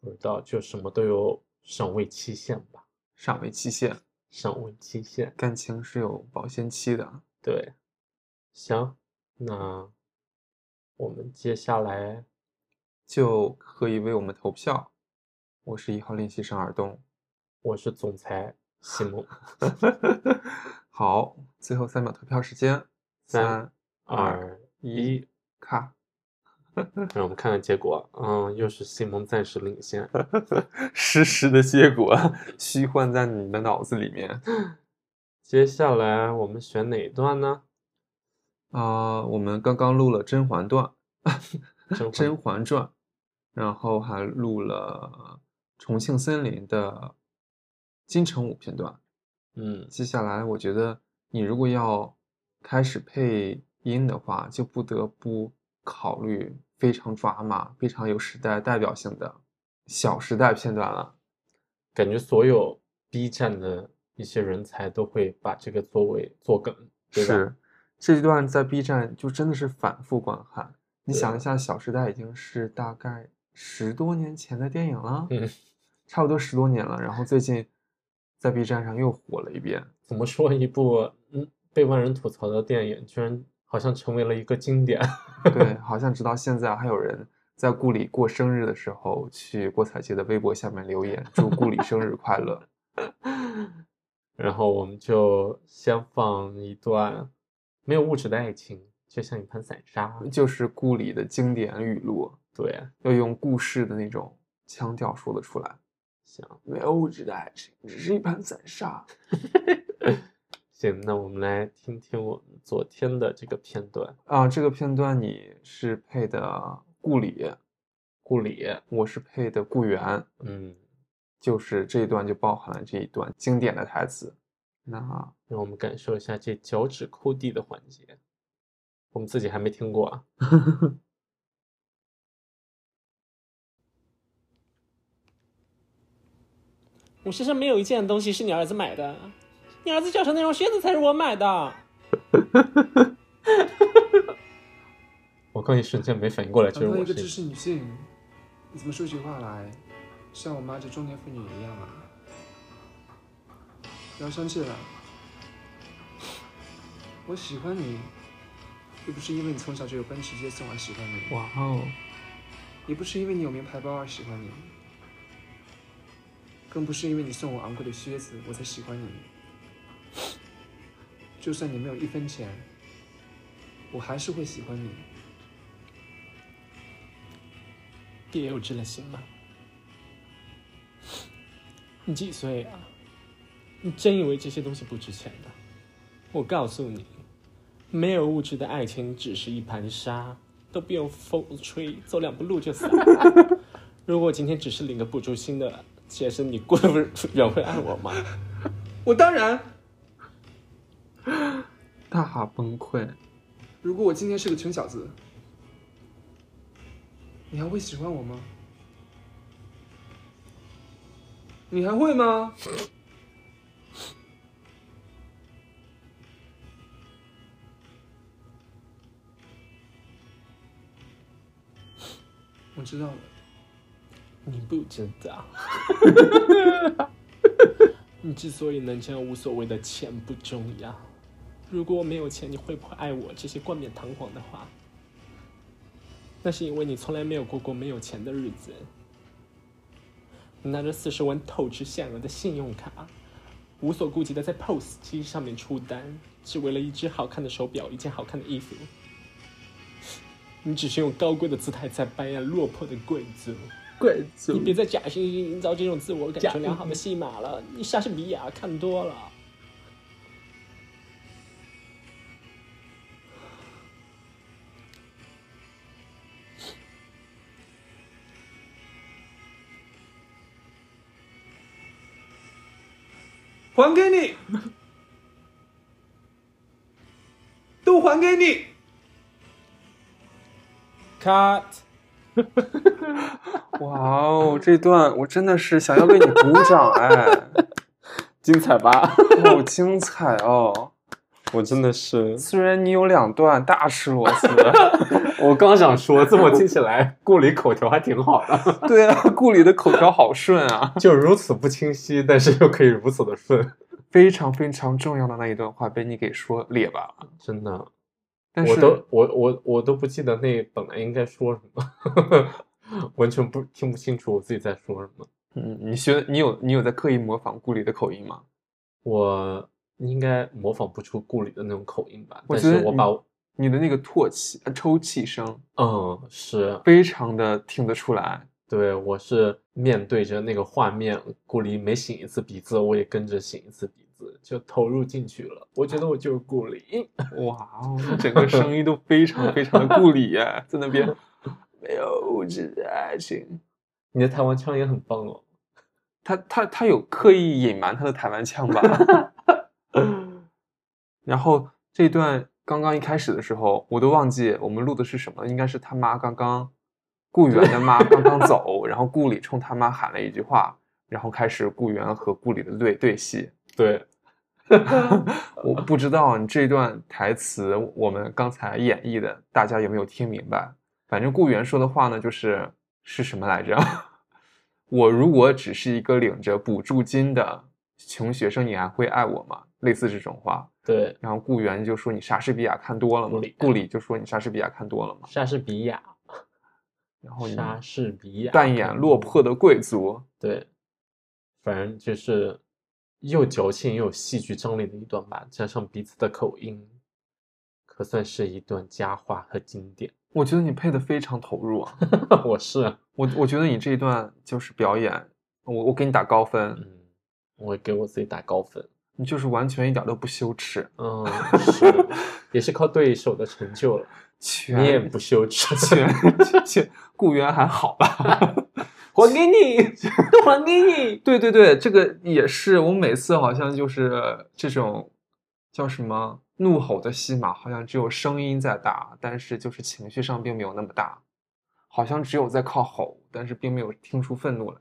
S3: 不知道就什么都有赏味期限吧，
S2: 尚未期限，
S3: 赏味期限，
S2: 感情是有保鲜期的。
S3: 对，行，那我们接下来
S2: 就可以为我们投票。我是一号练习生尔东。
S3: 我是总裁西蒙，
S2: 好，最后三秒投票时间，
S3: 三
S2: 三
S3: 二一。
S2: 咔，
S3: 让我们看看结果。嗯，又是西蒙暂时领先。
S2: 实时的啊结果虚幻在你的脑子里面。
S3: 接下来我们选哪一段呢？
S2: 啊、我们刚刚录了《甄嬛传》
S3: 甄
S2: 《
S3: 嬛
S2: 甄嬛传》，然后还录了重庆森林的金城武片段。
S3: 嗯，
S2: 接下来，我觉得你如果要开始配音的话，就不得不考虑非常抓马、非常有时代代表性的小时代片段了。
S3: 感觉所有 B 站的一些人才都会把这个作为作梗，对吧？
S2: 是，这一段在 B 站就真的是反复观看。你
S3: 对啊
S2: 想一下，《小时代》已经是大概十多年前的电影了，
S3: 嗯，
S2: 差不多十多年了。然后最近在 B 站上又火了一 遍，
S3: 怎么说一部嗯被万人吐槽的电影，居然好像成为了一个经典？
S2: 对，好像直到现在还有人在顾里过生日的时候，去郭采洁的微博下面留言，祝顾里生日快乐。
S3: 然后我们就先放一段没有物质的爱情，就像一盘散沙。
S2: 就是顾里的经典语录，
S3: 对，啊
S2: 要用故事的那种腔调说得出来。
S3: 行。
S2: 没有物质的爱情，只是一盘散沙。
S3: 行，那我们来听听我们昨天的这个片段。
S2: 啊，这个片段你是配的顾里，
S3: 顾里，
S2: 我是配的顾源，
S3: 嗯，
S2: 就是这一段就包含了这一段经典的台词。那
S3: 让我们感受一下这脚趾抠地的环节，我们自己还没听过 啊。
S9: 我身上没有一件东西是你儿子买的，你儿子教程那双靴子才是我 买的。
S3: 我刚一瞬间没反应过来，就是
S4: 当一
S3: 我
S4: 个
S3: 是
S4: 知识女性，你怎么说起话来像我妈这中年妇女一样啊？不要生气了，我喜欢你，又不是因为你从小就有奔驰接送而喜欢你，
S2: 哇哦，
S4: 也不是因为你有名牌包而喜欢你，更不是因为你送我昂贵的靴子我才喜欢你。就算你没有一分钱，我还是会喜欢你。
S9: 别幼稚了，行吗？你几岁啊？你真以为这些东西不值钱的？我告诉你，没有物质的爱情只是一盘沙，都不用风吹，走两步路 就散了。如果今天只是领个补助金的学生，你过得远会爱我吗？
S4: 我当然。
S2: 大崩溃！
S4: 如果我今天是个穷小子，你还会喜欢我吗？你还会吗？我知道了，
S9: 你不知道，你之所以能这样无所谓的钱不重要，如果我没有钱，你会不会爱我？这些冠冕堂皇的话，那是因为你从来没有过过没有钱的日子。你拿着四十万透支限额的信用卡，无所顾忌的在 POS 机上面出单，只为了一只好看的手表，一件好看的衣服。你只是用高贵的姿态在扮演落魄的贵族。
S10: 贵
S9: 你
S10: 族
S9: 别再假惺惺营造这种自我感觉良好的戏码了，你莎士比亚看多了。
S11: 还给你，都还给你。
S10: ，cut，
S2: 哇哦，这段我真的是想要为你鼓掌哎，
S10: 精彩 吧？
S2: 好精彩哦！
S10: 我真的是，
S2: 虽然你有两段大吃螺 丝，
S1: 我刚想说，这么听起 来，顾里口条还挺好的，
S2: 对啊，顾里的口条好顺啊，
S1: 就如此不清晰，但是又可以如此的顺，
S2: 非常非常重要的那一段话被你给说裂巴了。
S1: 真的，
S2: 但
S1: 我
S2: 是
S1: 都我我我都不记得那本来应该说什么， 完全不听不清楚我自己在说什么。
S2: 嗯，你学你有你有在刻意模仿顾里的口音吗？
S1: 我应该模仿不出顾里的那种口音吧？
S2: 我
S1: 但
S2: 觉
S1: 是
S2: 得
S1: 我把
S2: 你你的那个唾气、呃抽气声
S1: 嗯是
S2: 非常的听得出来。
S1: 对，我是面对着那个画面，顾里每擤一次鼻子，我也跟着擤一次鼻子，就投入进去了。我觉得我就是顾里，
S2: 哇哦，你整个声音都非常非常的顾里耶，在那 边没有物质的爱情。
S1: 你的台湾腔也很棒哦。
S2: 他他他有刻意隐瞒他的台湾腔吧？ 然后这段刚刚一开始的时候，我都忘记我们录的是什么了，应该是他妈刚刚顾源的妈刚刚走，然后顾里冲他妈喊了一句话，然后开始顾源和顾里的对对戏。
S1: 对，
S2: 我不知道你这段台词我们刚才演绎的，大家有没有听明白？反正顾源说的话呢，就是是什么来着？ 我如果只是一个领着补助金的穷学生，你还会爱我吗？类似这种话。
S1: 对，
S2: 然后顾源就说你莎士比亚看多了嘛
S1: 顾里，
S2: 顾里就说你莎士比亚看多了嘛。
S1: 莎士比亚，
S2: 然后你
S1: 莎士比亚
S2: 扮演落魄的贵族，
S1: 对，反正就是又矫情又有戏剧张力的一段吧，加上彼此的口音，可算是一段佳话和经典。
S2: 我觉得你配的非常投入啊。
S1: 我是，
S2: 我我觉得你这一段就是表演，我我给你打高分。
S1: 嗯，我给我自己打高分。
S2: 你就是完全一点都不羞耻，
S1: 嗯，是，也是靠对手的成就了，
S2: 全
S1: 你也不羞耻。
S2: 全全雇员还好吧？
S1: 还给你，都还给你。
S2: 对对对，这个也是我每次好像就是这种叫什么怒吼的戏码，好像只有声音在大，但是就是情绪上并没有那么大，好像只有在靠吼，但是并没有听出愤怒来。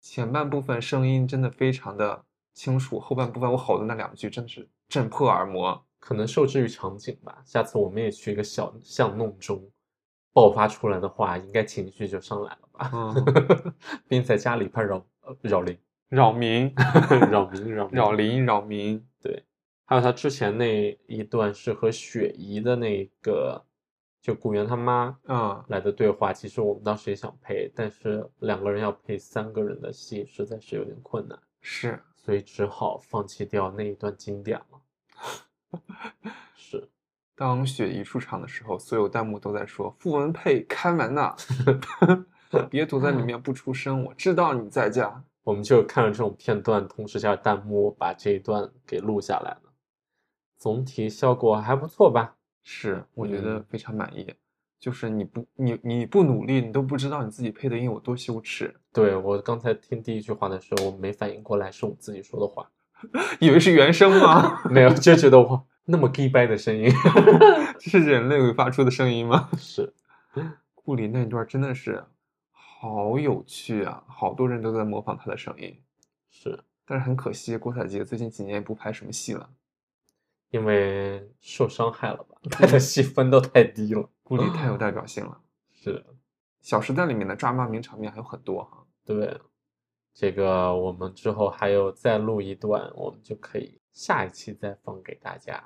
S2: 前半部分声音真的非常的清楚，后半部分我吼的那两句真的是震破耳膜。
S1: 可能受制于场景吧，下次我们也去一个小巷弄中爆发出来的话，应该情绪就上来了吧。
S2: 嗯
S1: 并在家里怕扰呃扰民，
S2: 扰民，
S1: 扰民，扰民
S2: 扰邻，扰民。
S1: 还有他之前那一段是和雪姨的那个，就古元他妈
S2: 嗯，
S1: 来的对话，其实我们当时也想配，但是两个人要配三个人的戏，实在是有点困难，
S2: 是。
S1: 所以只好放弃掉那一段经典了。是，
S2: 当雪姨出场的时候，所有弹幕都在说傅文佩开门 呐、别躲在里面不出声，我知道你在家。
S1: 我们就看着这种片段，同时加弹幕，把这一段给录下来了，总体效果还不错吧？
S2: 是，我觉得
S1: 嗯
S2: 非常满意。就是你不你你不努力，你都不知道你自己配的音有多羞耻，
S1: 对，我刚才听第一句话的时候，我没反应过来是我自己说的话，
S2: 以为是原声吗？
S1: 没有就觉得我那么 gay 掰的声音
S2: 这是人类会发出的声音吗？
S1: 是。
S2: 顾里那段真的是好有趣啊，好多人都在模仿他的声音，
S1: 是
S2: 但是很可惜，郭采洁最近几年也不拍什么戏了。
S1: 因为受伤害了吧？他的戏分都太低了。
S2: 顾里嗯太有代表性了，
S1: 是，
S2: 《小时代》里面的抓骂名场面还有很多哈。
S1: 对，这个我们之后还有再录一段，我们就可以下一期再放给大家。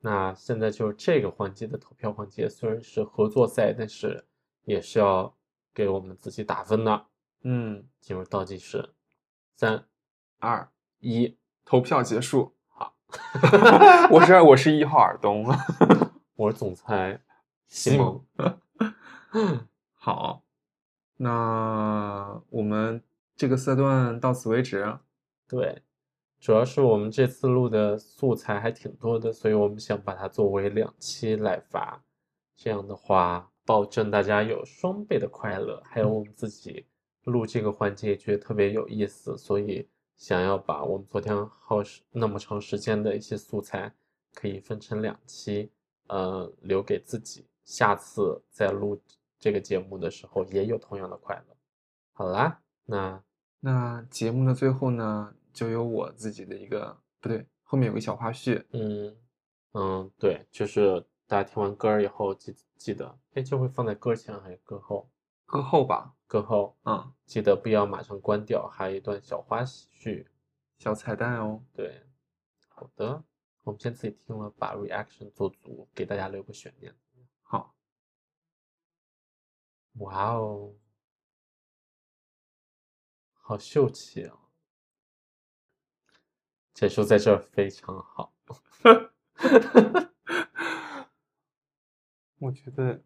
S1: 那现在就这个环节的投票环节，虽然是合作赛，但是也是要给我们自己打分的。嗯，进入倒计时，三、
S2: 二
S1: 一，
S2: 投票结束。
S1: 好，
S2: 我是我是一号耳 东，
S1: 我是总裁西蒙。
S2: 好，那我们这个赛段到此为止。
S1: 对，主要是我们这次录的素材还挺多的，所以我们想把它作为两期来发，这样的话保证大家有双倍的快乐，还有我们自己录这个环节也觉得特别有意思，所以想要把我们昨天耗时那么长时间的一些素材，可以分成两期，呃，留给自己，下次再录这个节目的时候也有同样的快乐。好啦，那
S2: 那节目的最后呢，就有我自己的一个不对，后面有个小花絮。
S1: 嗯，嗯，对，就是大家听完歌儿以后记记得，哎，这会放在歌前还是歌后？
S2: 歌后吧，
S1: 歌后
S2: 嗯，
S1: 记得不要马上关掉，还有一段小花絮。
S2: 小彩蛋哦。
S1: 对，好的，我们先自己听了，把 reaction 做足，给大家留个悬念。
S2: 好，
S1: 哇哦，好秀气啊！结束在这儿非常好。
S2: 我觉得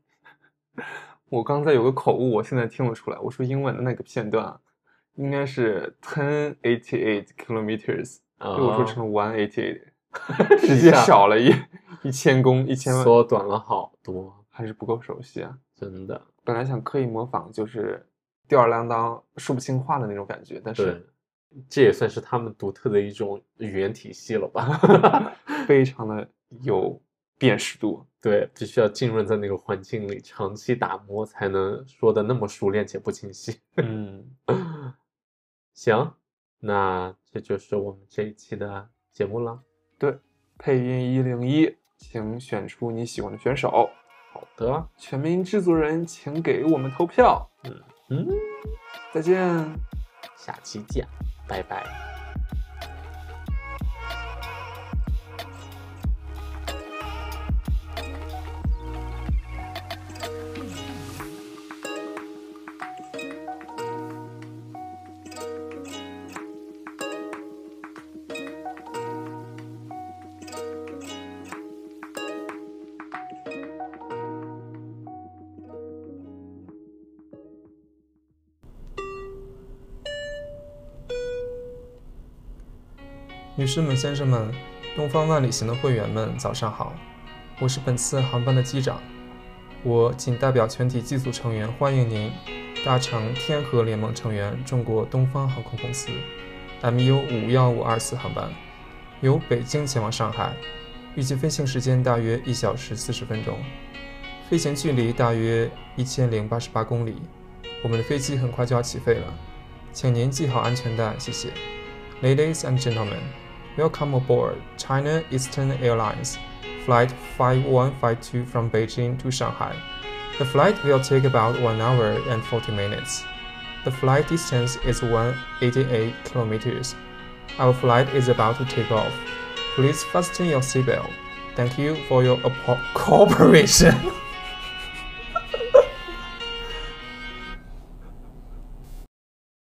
S2: 我刚才有个口误，我现在听得出来，我说英文的那个片段啊应该是 ten eighty eight kilometers，
S1: 啊
S2: 被我说成了 one eighty eight，直接少了一一千公一千万，
S1: 缩短了好多，
S2: 还是不够熟悉啊。
S1: 真的。
S2: 本来想刻意模仿，就是吊儿郎当、说不清话的那种感觉，但
S1: 对
S2: 是，
S1: 这也算是他们独特的一种语言体系了吧？
S2: 非常的有辨识度。
S1: 对，必须要浸润在那个环境里，长期打磨才能说的那么熟练且不清晰。
S2: 嗯，
S1: 行，那这就是我们这一期的节目了。
S2: 对， 配音一零一，请选出你喜欢的选手。
S1: 好的，
S2: 全民制作人，请给我们投票。
S1: 嗯，
S2: 再见。
S1: 下期见，拜拜。
S4: 女士们、先生们，东方万里行的会员们，早上好！我是本次航班的机长，我谨代表全体机组成员欢迎您搭乘天河联盟成员中国东方航空公司 MU 五幺五二四航班，由北京前往上海，预计飞行时间大约一小时四十分钟，飞行距离大约一千零八十八公里。我们的飞机很快就要起飞了，请您系好安全带，谢谢。Ladies and gentlemen, welcome aboard China Eastern Airlines Flight 5152 from Beijing to Shanghai. The flight will take about 1 hour and 40 minutes. The flight distance is 188 kilometers. Our flight is about to take off. Please fasten your seatbelt. Thank you for your apo- cooperation.